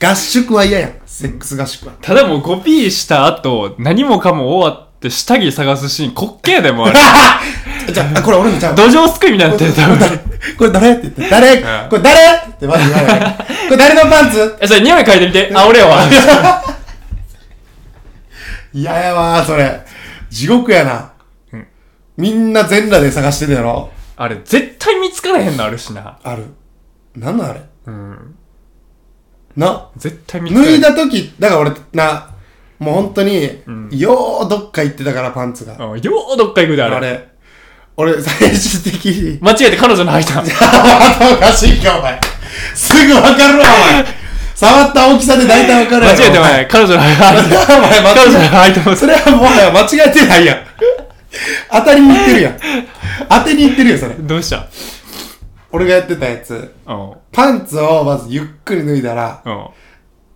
B: ら。合宿は嫌やん。セックス合宿は。
A: ただもう 5P した後、何もかも終わって下着探すシーン、滑稽でも あれ。
B: じゃあ、あこれ俺のちゃう。
A: 土壌すくいみたいになってる、多 分。
B: これ誰って言って、誰
A: うん
B: これ誰ってまず言われる これ誰のパンツ
A: え、それ匂い嗅いでみて。あ、俺やわ。
B: 嫌やわー、それ。地獄やな。
A: うん
B: みんな全裸で探してるやろ
A: あれ、絶対見つからへんのあるしな。
B: ある。なんなんあれ
A: うん。
B: な、
A: 絶対見つからへ
B: 脱
A: ん。
B: いだ時、だから俺、な、もう本当に、ようどっか行ってたから、パンツが。
A: うん。ようどっか行くで、あれ。
B: あれ。俺、最終的に。
A: 間違えて彼女の履い た。
B: 頭おかしいか、お前。すぐわかるわ、お前。触った大きさで大体わかる
A: 間
B: やろ。
A: 違えてお前、彼女の履いた。
B: お前、間
A: 彼
B: 違
A: 女の
B: え
A: 履いてます
B: そ。れはもはや間違えてないやん。当たりにいってるやん。当てにいってるよ、それ。
A: どうした
B: 俺がやってたやつ。
A: うん。
B: パンツをまずゆっくり脱いだら、
A: うん。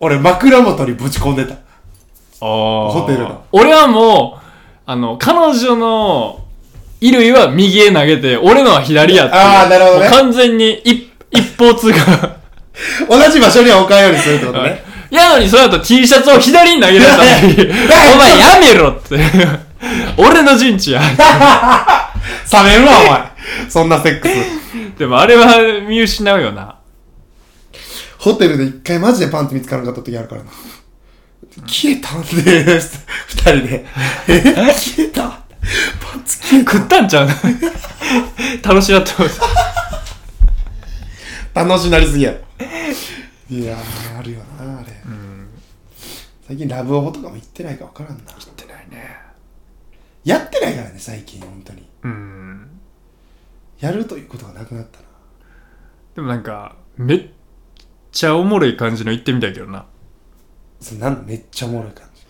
B: 俺枕元にぶち込んでた。
A: ホ
B: ホテルの
A: 俺はもう、あの、彼女の衣類は右へ投げて、俺のは左やっていう。
B: あーなるほどね
A: もう完全に一、一方通過。
B: 同じ場所には置かんようにするってことね。
A: やのにその後 T シャツを左に投げられたの に、 お前やめろって。俺の陣 地や。
B: 冷めるわ、お前。そんなセックス。
A: でもあれは見失うよな。
B: ホテルで一回マジでパンツ見つからなかった時あるからな。消えたんで、二人で。え消えたパンツ消えた
A: 食ったんちゃうの 楽しな ってます。
B: 楽しなりすぎやろいやーあるよなあれ、最近ラブオホとかも行ってないか分からんな行ってないねやってないからね最近本当に
A: うん。
B: やるということがなくなったな
A: でもなんか、めっちゃおもろい感じの言ってみたいけどな。
B: それなんめっちゃおもろい感じ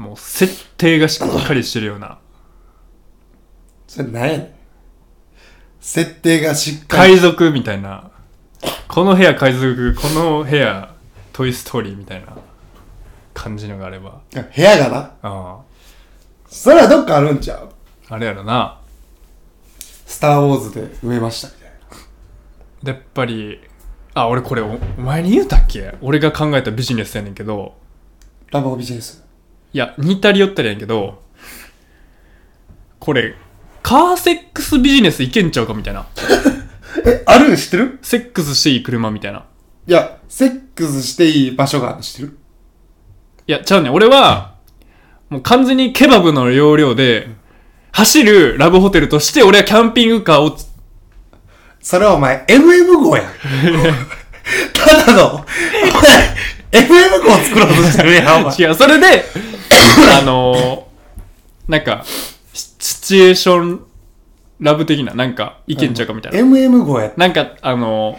A: もう設定がしっかりしてるような。
B: それなんやねん設定がしっかり
A: 海賊みたいな。この部屋海賊、この部屋トイストーリーみたいな感じのがあれば。
B: 部屋がな
A: あ
B: それはどっかあるんちゃう
A: あ。あれやろな。
B: スター・ウォーズで埋めましたみたいな
A: でやっぱり、あ、俺これおお前に言うたっけ俺が考えたビジネスやねんけど、
B: ラブオビジネス
A: いや、似たり寄ったりやねんけど、これ、カーセックスビジネスいけんちゃうかみたいな。
B: えある知ってる
A: セックスしていい車みたいな。
B: いやセックスしていい場所があるの知ってる
A: いや、ちゃうねん。俺は、もう完全にケバブの要領で、走るラブホテルとして、俺はキャンピングカーをつ、
B: それはお前、MM 号やん。ただの、お前、MM 号を作ろうとしてるやん、お前。
A: 違う、それ で、あのー、なんか、シシチュエーション、ラブ的な、なんか、いけんちゃうかみたいな。
B: MM 号やん。
A: なんか、あの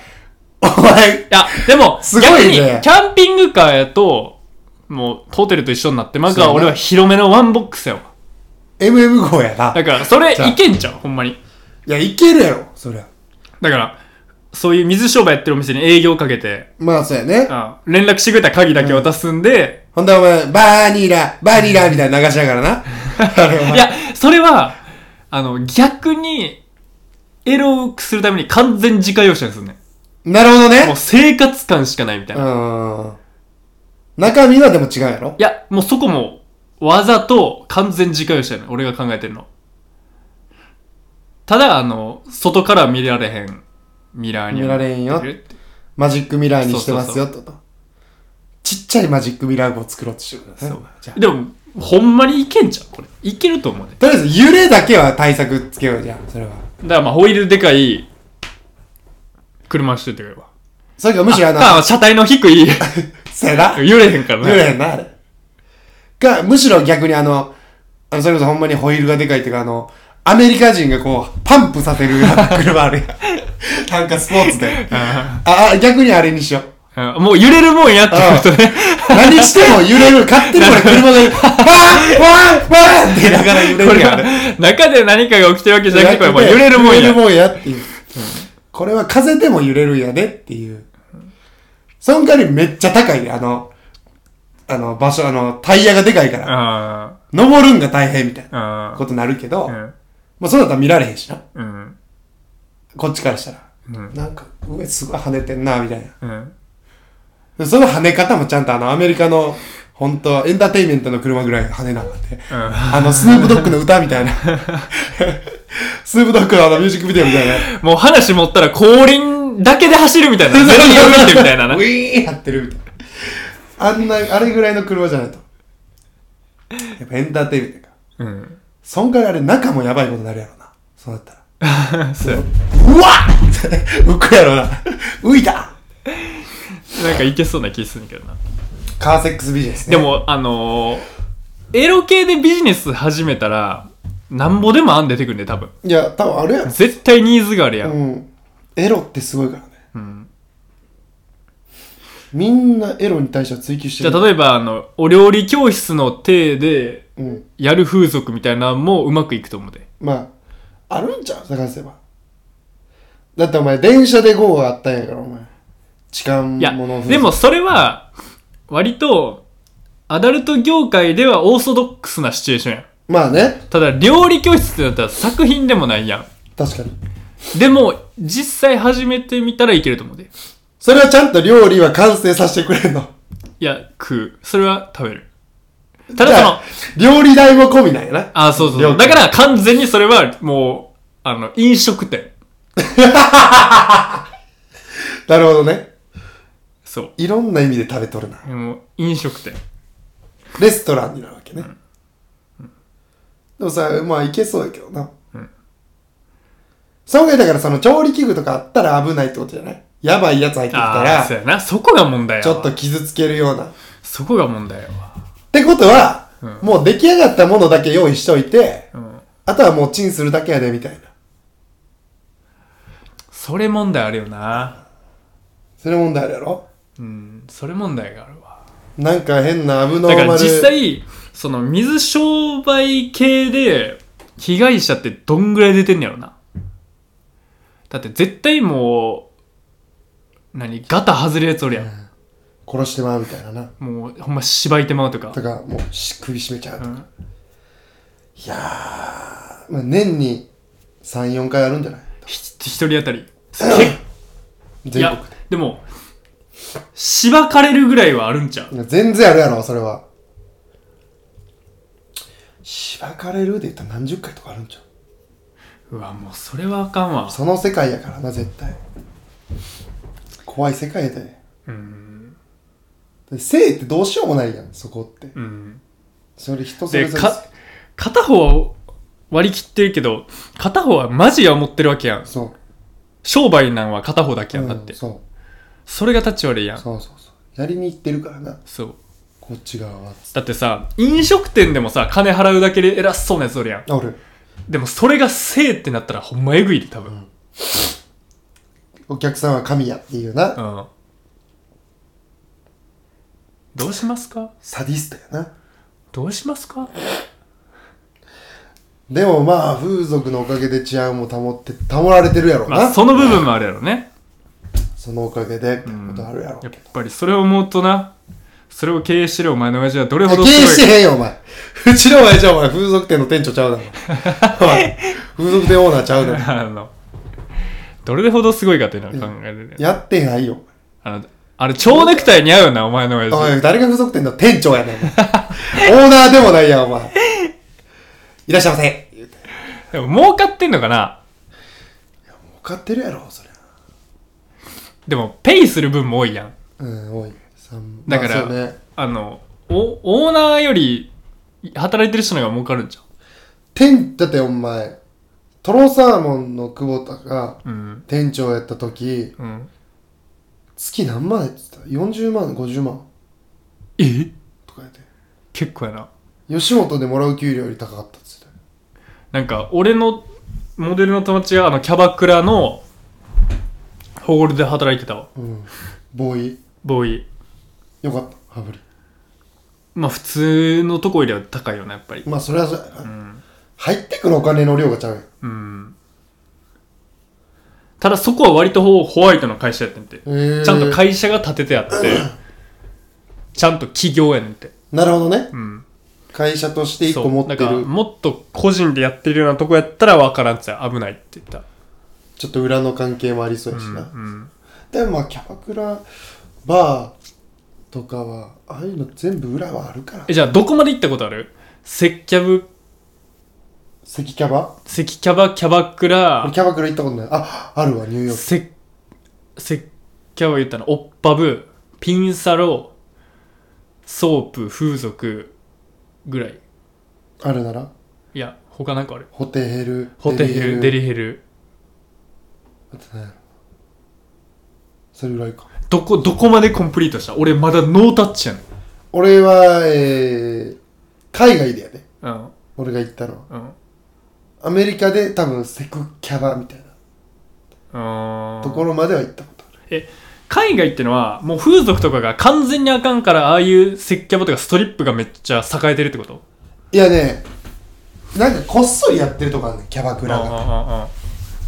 A: ー、い
B: お前、
A: や、でも、
B: すごいね
A: 逆に、キャンピングカーやと、もう、ホテルと一緒になってまうから、
B: そうや
A: 俺
B: な
A: は広めのワンボックスやわ。
B: MM 号やな。
A: だから、それ、いけんちゃうほんまに。
B: いや、いけるやろ、そりゃ。
A: だから、そういう水商売やってるお店に営業かけて、
B: まあ、そうやね。
A: あ連絡してくれたら鍵だけ渡すんで、
B: ほんでお前、バーニラ、バーニラみたいな流しなが らな。あれお前
A: いや、それは、あの、逆に、エロくするために完全自家用車ですよね。
B: なるほど
A: もう
B: ね。
A: 生活感しかないみたいうな。い
B: ん。中身はでも違うやろ
A: や、もうそこも、わざと完全自家用車やね俺が考えてるの。ただ、あの、外から見られへん、ミラーには
B: 見られんよ
A: 見る
B: マジックミラーにしてますよ、とと。ちっちゃいマジックミラーを作ろうとしてるからね。
A: そう
B: じゃあ
A: でも、ほんまにいけんじゃん、これ。いけると思うね。
B: とりあえず揺れだけは対策つけようじゃん、それは。
A: だからまあ、ホイールでかい、車しててくれば。
B: それかむしろあの、
A: あ、車体の低い、
B: せな。
A: 揺れへんからね。
B: 揺れへんな、あれ。か、むしろ逆にあの、あの、それこそほんまにホイールがでかいっていうか、あの、アメリカ人がこう、パンプさ せるような車あるやんなんかスポーツで。あ、あ逆にあれにしよう。
A: うんもう揺れるもんやってことね。
B: 何しても揺れる。勝手にこれ車 が、バーンバーンバーンって言いながら揺れ
A: こ
B: る
A: れ
B: やん。
A: は、中で何かが起きてるわけじゃなくて、これもう
B: で
A: 揺れるもん
B: 揺れる
A: や。
B: もんやっていう。これは風でも揺れるんやでっていう。その代わりめっちゃ高いで、あの、あの、場所、あの、タイヤがでかいから。
A: あ
B: 登るんが大変みたい
A: あ、あ
B: な
A: あ
B: ことになるけど、
A: う
B: ま
A: ん
B: あそうだったら見られへんしな。
A: うん。
B: こっちからしたら。
A: うん
B: なんか、上すごい跳ねてんな、みたいな
A: うん。。
B: でその跳ね方もちゃんとあの、アメリカの、本当はエンターテインメントの車ぐらい跳ねなあかんて。あの、スヌープドッグの歌み たいな。スヌープドッグのあの、ミュージックビデオみたいな。
A: もう話持ったら後輪だけで走るみたいな。ゼロに降りてみたいな な
B: ウ。ィーンやってるみたいな。あんな、あれぐらいの車じゃないと。やっぱエンターテインメントか。
A: うん。
B: そんからいあれ、中もやばいことになるやろな。そうなったら。
A: そう
B: うわっ浮くやろな。浮いた
A: なんかいけそうな気するけどな。
B: カーセックスビジネスね。
A: でも、あのー、エロ系でビジネス始めたら、なんぼでも案出てくるね、多分。
B: いや、多分あれや
A: 絶対ニーズがあるやん。
B: ろ。うん。エロってすごいからね。
A: うん。
B: みんなエロに対しては追求して
A: じゃ
B: る。
A: あ、例えば、あの、お料理教室の体で、
B: うん。
A: やる風俗みたいなのもうまくいくと思うで。
B: まあ、あるんちゃう探せば。だってお前、電車で GO があったんやから、お前。痴漢
A: いや、
B: もの
A: でも、それは、割と、アダルト業界ではオーソドックスなシチュエーションやん。
B: まあね、
A: ただ、料理教室ってなったら作品でもないや
B: 確かに。
A: ん。でも、実際始めてみたらいけると思うで。
B: それはちゃんと料理は完成させてくれんの。
A: いや、食う。それは食べる。 た
B: じ
A: だ
B: ゃ
A: その
B: あ、料理代も込みなんやな。
A: あ、そうそうそう。
B: 了解
A: だから完全にそれはもう、あの、飲食店。
B: なるほどね。
A: そ
B: いろんな意味で食べとるな。
A: う。もう飲食店。
B: レストランになるわけね。でもさ、まあいけそうだけどな。
A: うん
B: そんぐらいだからその調理器具とかあったら危ないってことじゃないやばいやつ入ってきた
A: ああ、そう
B: ら、
A: やな。そこが問題や
B: ち
A: わ
B: ょっと傷つけるような。っ
A: そこが問題やわ。
B: てことは、
A: ん
B: もう出来上がったものだけ用意しといて、
A: うん。
B: あとはもうチンするだけやで、みたいな。
A: それ問題あるよな。
B: それ問題あるやろ
A: うん。それ問題があるわ。
B: なんか変なアブノ
A: だ
B: ー
A: か
B: マ
A: ら
B: ル。
A: 実際、その水商売系で、被害者ってどんぐらい出てんねやろな。だって絶対もう、何ガタ外れるやつおるやん。
B: 殺してまうみたいなな。
A: もう、ほんま、しばいてまうとか。
B: とか、もうし首絞めちゃうと
A: う
B: か。
A: ん。
B: いやー、まあ、年に3、4回あるんじゃない
A: ひ一人当た り。結い
B: 全
A: や
B: 国、
A: でも、しばかれるぐらいはあるんちゃう
B: いや全然あるやろそれはしばかれるで言ったら何十回とかあるんちゃう
A: うわ、もうそれはあかんわ。
B: その世界やからな絶対怖い世界で
A: うん。
B: で性ってどうしようもないやんそこって
A: うん。
B: それ人それ
A: で、
B: ぞれ
A: か、片方は割り切ってるけど、片方はマジや思ってるわけやん。
B: そう
A: 商売なんは片方だけやんだって。
B: うんそう
A: それが立ち悪いやん。
B: そうそうそうやりに行ってるからな
A: そう。
B: こっち側は
A: だってさ、飲食店でもさ、金払うだけで偉そうなやつおるやん。
B: あ俺
A: でもそれがせいってなったらほんまえぐいで、多分。
B: お客さんは神やっていうな、
A: うん。どうしますか
B: サディストやな
A: どうしますか
B: でもまあ、風俗のおかげで治安も保って、保られてるやろうな。
A: まあ、その部分もあるやろね。
B: そのおかげで、みたいなことあるやろ。
A: やっぱりそれを思うとな、それを経営してるお前の親父はどれほ
B: 経
A: ど
B: 営し
A: す
B: てへんよ、お前。うちの親父はお前、風俗店の店長ちゃうだ ろ。お前風俗店オーナーちゃうだ
A: ごい、
B: ろ。
A: あの、どれほどすごいかっていうのを考えるね。
B: やってないよ。
A: あの、あれ、蝶ネクタイ似合うよな、お前の親
B: お
A: 父。
B: い、誰が風俗店の店長やねん。お前オーナーでもないやん、お前。いらっしゃいませ。言うて
A: でも儲かってんのかな
B: 儲かってるやろ、そりゃ。
A: でも、ペイする分も多いやん。
B: うん、多い。三
A: だから、
B: まあそうね
A: あの、お、オーナーより、働いてる人の方が儲かるんじ
B: 店、だってお前、トロサーモンの久保田が
A: ゃん。うん。
B: 店長やった時、
A: うん。
B: 月何万やってた ?40 万、50万
A: え
B: とかやって。
A: 結構やな。
B: 吉本でもらう給料より高かったっつってたよ
A: なんか、俺の、モデルの友達が、あの、キャバクラの、ホールで働いてたわ。
B: うん。ボーイ。
A: ボーイ。
B: よかった、羽振り。
A: まあ、普通のとこよりは高いよな、やっぱり。
B: まあ、それはそうやな
A: うん。
B: 入ってくるお金の量がちゃうやん。
A: うん。ただ、そこは割とホホワイトの会社やってんて。
B: えー
A: ちゃんと会社が建ててあ って、ちゃんと企業やねんって。
B: なるほどね。
A: うん。
B: 会社として一
A: そ
B: 個
A: う
B: 持って
A: だから
B: る、
A: もっと個人でやってるようなとこやったら分からんっつって危ないって言った。
B: ちょっと裏の関係もありそうやし
A: うん。
B: な。
A: うん
B: でもまあ、キャバクラ、バーとかは、ああいうの全部裏はあるから
A: え、。じゃあ、どこまで行ったことあるセキャブ、
B: 赤キャバ
A: セキキャバ、キャバクラ
B: 俺、キャバクラ行ったことない。あ、あるわ、ニューヨーク。
A: セ、セキャバ言ったの、オッパブ、ピンサロ、ソープ、風俗ぐらい。
B: あるなら
A: いや、他なんかある。
B: ホテヘル。
A: ホテヘル、デリヘル。
B: あとね。それぐらいか。
A: どこ、どこまでコンプリートした俺まだノータッチやねん。
B: 俺は、えー、海外でやで、ね。
A: うん。
B: 俺が行ったのは。
A: うん。
B: アメリカで多分セクキャバみたいなと
A: と
B: ころまでは行ったことある。
A: 海外ってのはもう風俗とかが完全にあかんからああいう接客とかストリップがめっちゃ栄えてるってこと
B: いやね、なんかこっそりやってるとこあるねんキャバク
A: うん
B: ラ
A: うんう
B: が。
A: ん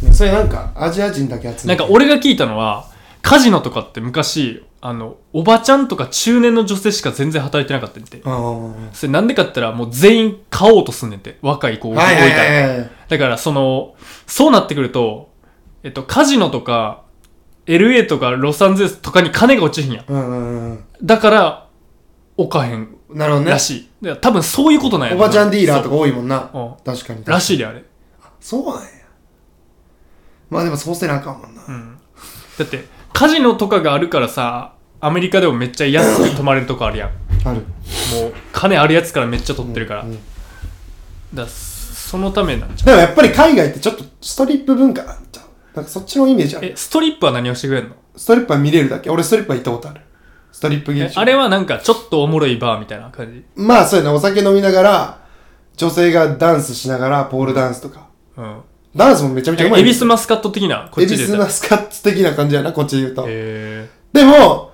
A: うん
B: それなんかアジア人だけ集めて
A: なんか俺が聞いたのはカジノとかって昔あのおばちゃんとか中年の女性しか全然働いてなかったんて
B: うん
A: それなんでかって言ったらもう全員買おうとすんねんて若い子を置い
B: は
A: た
B: い
A: ら、
B: はいはいはい
A: だからそのそうなってくるとえっとカジノとか LA とかロサンゼルスとかに金が落ちひんやん
B: うんうんうん
A: だから置かへん
B: うんなるほどね
A: らしい、だから多分そういうことなんや
B: お
A: ろな
B: ばちゃんディーラーとか多いもんな
A: そううん
B: 確かに
A: らしいであれ、
B: そうなんやまあでもそうせなあかんもんな
A: うん、だってカジノとかがあるからさアメリカでもめっちゃ安く泊まれるとこあるやんも
B: ある
A: う金あるやつからめっちゃ取ってるから、
B: うんうん
A: だからそのためなんじゃ
B: でもやっぱり海外ってちょっとストリップ文化なんちゃうなんかそっちのイメージあ
A: うえ
B: る
A: ストリップは何をしてくれんの
B: ストリップは見れるだけ俺ストリップは行ったことあるストリップ
A: え
B: 劇場
A: あれはなんかちょっとおもろいバーみたいな感じ
B: まあそうやねお酒飲みながら女性がダンスしながらポールダンスとか
A: うん
B: ダンスもめちゃめちゃうまい
A: エビスマスカット的なこっ
B: エ
A: ち
B: ビ
A: で
B: ス
A: 言う
B: マスカッツ的な感じやなこっちで言うと
A: たへ
B: でも、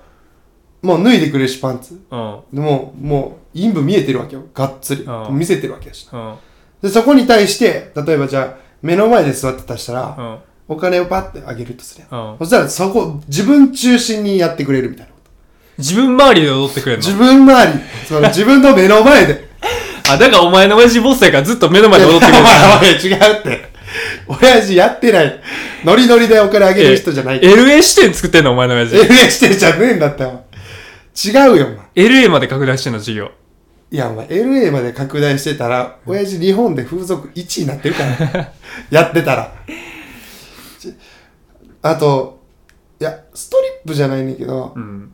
B: もう脱いでくれるし、パンツ。
A: えー、
B: でも、もう、陰部見えてるわけよ。がっつり。
A: うん
B: 見せてるわけやしな。
A: うんうん
B: で、そこに対して、例えばじゃあ、目の前で座ってたとしたら、
A: うん
B: お金をパッてあげるとするやん。
A: うん
B: そしたら、そこ、自分中心にやってくれるみたいなこと。
A: 自分周りで踊ってくれんの
B: 自分周り、 その自分の目の前で。
A: あだからお前の親父ボスやからずっと目の前で踊ってくれる
B: おい おい違うって。親父やってない。ノリノリでお金あげる人じゃない。え、
A: LA 視点作ってんのお前の親父
B: LA してじゃねえんだって、お前違うよ、お前。
A: LA まで拡大してんの授業
B: いや、お前、LA まで拡大してたら、親父日本で風俗1位になってるから。 やってたら。ちあと、いや、ストリップじゃないねんけど
A: う、ん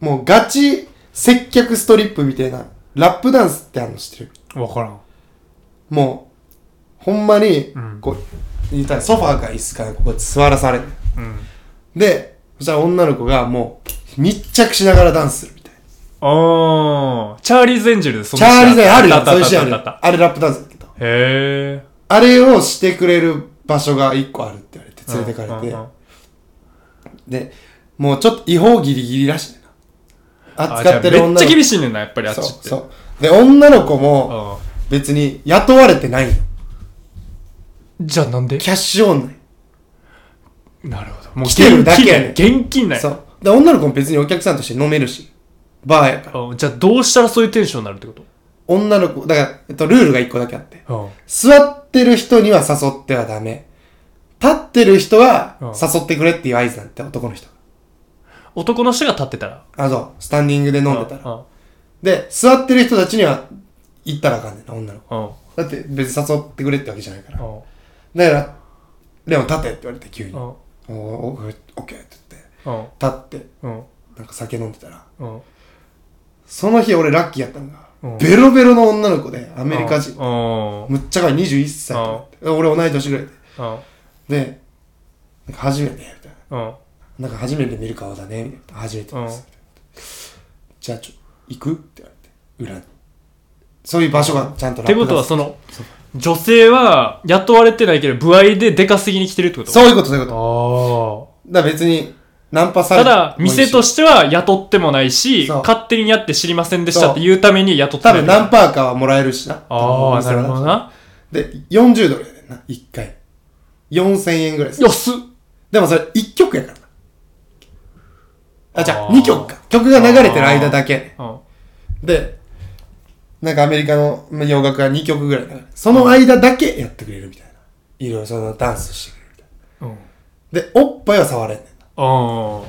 B: もうガチ接客ストリップみたいな、ラップダンスってあるの知ってる
A: 分からん
B: もう、ほんまに
A: うん、
B: こう、言ったらソファーか椅子かここに座らされる。
A: うん
B: で、そしたら女の子がもう、密着しながらダンスするみたいな。
A: あーチャーリーズ・エンジェルでそ
B: チャーリーズある
A: や
B: や
A: ん
B: ん、そういうシーン
A: へ
B: あるあれラップダンスだけど。
A: え
B: あれをしてくれる場所が一個あるって言われて連れてかれて、で、もうちょっと違法ギリギリらしいねんな。
A: あ
B: 扱ってる
A: じゃあめ
B: 女
A: っ
B: の
A: ち
B: 子。
A: ゃ厳しいねんなやっぱりあっち
B: そう
A: って
B: そう。で、女の子も
A: あ
B: 別に雇われてないの。
A: じゃあなんで
B: キャッシュオンなんよ
A: なるほど。も
B: 来てるだけやねん
A: 現金現金だ
B: そ
A: よ。
B: う。で、女の子も別にお客さんとして飲めるし、バーやから。
A: うんじゃあどうしたらそういうテンションになるってこ
B: 女の子、だから、えっと、ルールが一個だけあって。
A: と
B: 座ってる人には誘ってはダメ。立ってる人は
A: うん
B: 誘ってくれっていう合図なんて、男の人が。
A: 男の人が立ってたら。
B: あ、そう。スタンディングで飲んでたら。
A: うん
B: で、座ってる人たちには行ったらあかんねんな、女の子。
A: うんうん
B: だって別に誘ってくれってわけじゃないから。
A: うん
B: だから、レオン立てって言われて急に。
A: う
B: お
A: ん
B: ーお、オッケーって言って。
A: うん
B: 立って、
A: うん
B: なんか酒飲んでたら。
A: うん
B: その日俺ラッキーやったのが、
A: うん
B: ベロベロの女の子で、アメリカ人。
A: うんうん
B: むっちゃかい21歳とかで俺同い年ぐらい
A: うん
B: で。で、なんか初めて、みたい
A: うん
B: な。なんか初めて見る顔だね、みたいな。初めてです。みたいなじゃあちょ、行くって言われて。裏に。そういう場所がちゃんと
A: っ
B: ラッ
A: て
B: プ
A: ことは
B: 出す
A: その女性は雇われてないけど部合で出稼ぎに来てるってこと
B: そういうこと、そういうこと。
A: ああ
B: だから別に、ナンパされ
A: ただ店とし
B: して
A: ては雇ってもないし
B: そう
A: 勝手にやって知りませんでしたっていうために雇って
B: 多
A: ない
B: 分何パーかはもらえるしな。
A: ああなるほど
B: な。
A: な
B: で、40ドルやねんな、1回。4000円ぐらいでする。
A: 安っ
B: でもそれ1曲やからな。あ、じゃ
A: あ
B: あ
A: ー
B: 2曲か。曲が流れてる間だけ。
A: うん
B: で、なんかアメリカのまあ洋楽が2曲ぐらい流れてその間だけやってくれるみたいな。いろいろそのダンスしてくれるみたい
A: うん
B: な。で、おっぱいは触れんねんな。
A: あ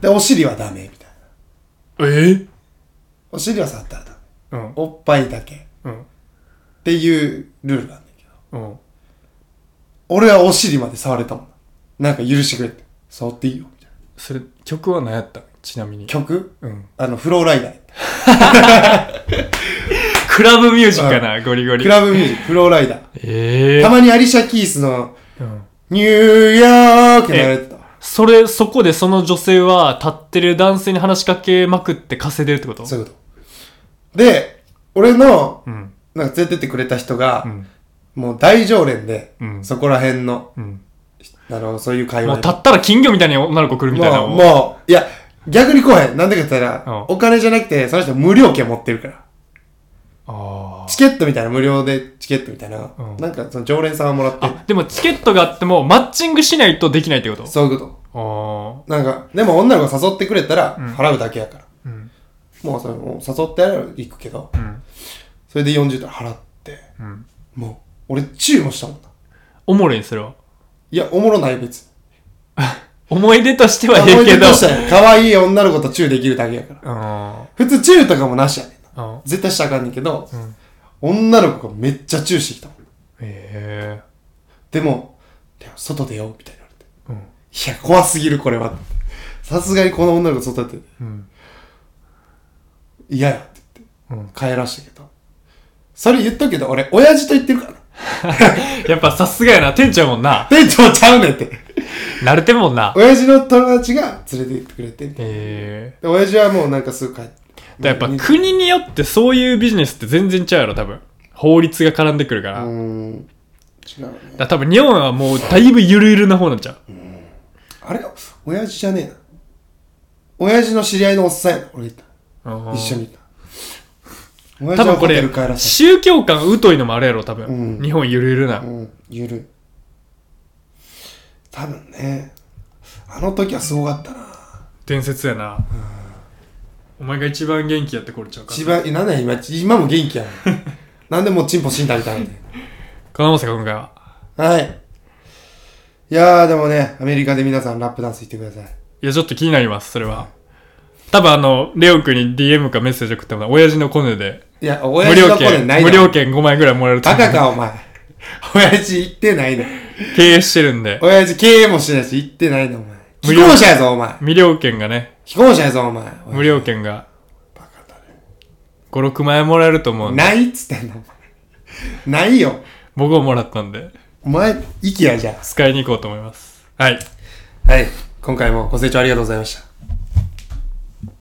B: で、お尻はダメみたいな。
A: あえ
B: お尻は触ったらダメ。
A: うん
B: おっぱいだけ。っ
A: うん
B: ていうルールがあんだけど。
A: うん
B: 俺はお尻まで触れたもんな。なんか許してくれって。触っていいよ。みたいな。
A: それ曲は何やったちなみに
B: 曲
A: うん
B: あの、フローライダーやった。
A: クラブミュージックかなゴリゴリ
B: クラブミュージック、フローライダー。
A: ええ
B: たまにアリシャ・キースの
A: うん
B: ニューヨーク流れてたわ。
A: それそこでその女性は立ってる男性に話しかけまくって稼いでるってこと
B: そういうこと。で、俺の
A: う、ん
B: なんか連れてってくれた人
A: う
B: が、
A: ん
B: もう大常連で、
A: うん
B: そこら辺の、
A: うん
B: あの、そういう会
A: も
B: 話
A: う
B: で
A: 立ったら金魚みたいに女の子来るみたいな。
B: もう、もう、いや、逆に怖い。なんでかって言った
A: うん
B: ら、お金じゃなくて、その人無料券持ってるから。
A: あ
B: チケットみたいな、無料でチケットみたいな
A: うん。
B: なんか、その常連さんがもらって
A: ー。あ、でもチケットがあってもマッチングしないとできないってこと
B: そういうこと。
A: あ
B: なんか、でも女の子誘ってくれたら、払うだけやから。
A: あ。うん。
B: もうそれ、もう誘ってやれば行くけど、
A: ん
B: それで40ドル払って、
A: うん。
B: もう、俺、チューもしたもんな。
A: おもろいんするわ。
B: いや、おもろない別に。
A: 思い出としてはええ
B: 思い
A: け
B: 出
A: ど。
B: としてはね可愛い女の子とチューできるだけやから。
A: あ
B: 普通、チューとかもなしやねんな。
A: あ。うん。
B: 絶対したらあかんねんけど、
A: ん
B: 女の子がめっちゃチューしてきたもん。
A: え
B: でも、でも外出よう、みたいに言われて。
A: えうん。
B: いや、怖すぎる、これは。さすがにこの女の子外出て、
A: うん。
B: 嫌やって言っ
A: うん
B: て、帰らしたけど。それ言っとくけど、俺、親父と言ってるからな。
A: やっぱさすがやな。店長やもんな。
B: 店長ちゃうねんって。
A: 慣れてるもんな。
B: 親父の友達が連れて行ってくれてみたい
A: ええ
B: な。で、親父はもうなんかすぐ帰って。
A: だからやっぱ国によってそういうビジネスって全然違うやろ、多分。法律が絡んでくるから。
B: うーん。違うね。
A: だから多分日本はもうだいぶゆるゆるな方になっちゃう。
B: あれ親父じゃねえな。親父の知り合いのおっさんやな。俺行った。
A: うん
B: 一緒に行った。親
A: 多
B: 父
A: 分
B: は
A: こ
B: ホテ
A: れ
B: ル帰ら、せ
A: 宗教観疎いのもあるやろ、多分。
B: うん
A: 日本ゆるゆるな。
B: た。うん、ゆるい。多分ね。あの時はすごかったな。
A: 伝説やな。お前が一番元気やってこれちゃうか。
B: 一番、えなんだよ今、今も元気やん。 なんでもうチンポ死んだみたいな。
A: 金本さん、今回は。
B: はい。いやーでもね、アメリカで皆さんラップダンス行ってください。
A: いや、ちょっと気になります、それは。多分あの、レオ君に DM かメッセージ送っても、親父のコネで、
B: いや、
A: 無
B: 親父
A: 料
B: のコネ
A: 券、
B: ない
A: 無 料券5枚ぐらいもらえると
B: バ
A: 思う
B: カか、お前。親父行ってないの。
A: 経営してるんで、
B: 親父経営もしてないし、行ってないの、お前。
A: 無
B: 既
A: 料
B: 婚者やぞ、お前。
A: 無料券がね、
B: 既婚者やぞ、お前。
A: 無料券が
B: バカだね。
A: 5、6万円もらえると思うんで、
B: ないっつってんの、 お前。ないよ。
A: 僕ももらったんで、
B: お前、息やじゃ
A: 使いに行こうと思います。はい。
B: あ。はい。今回もご清聴ありがとうございました。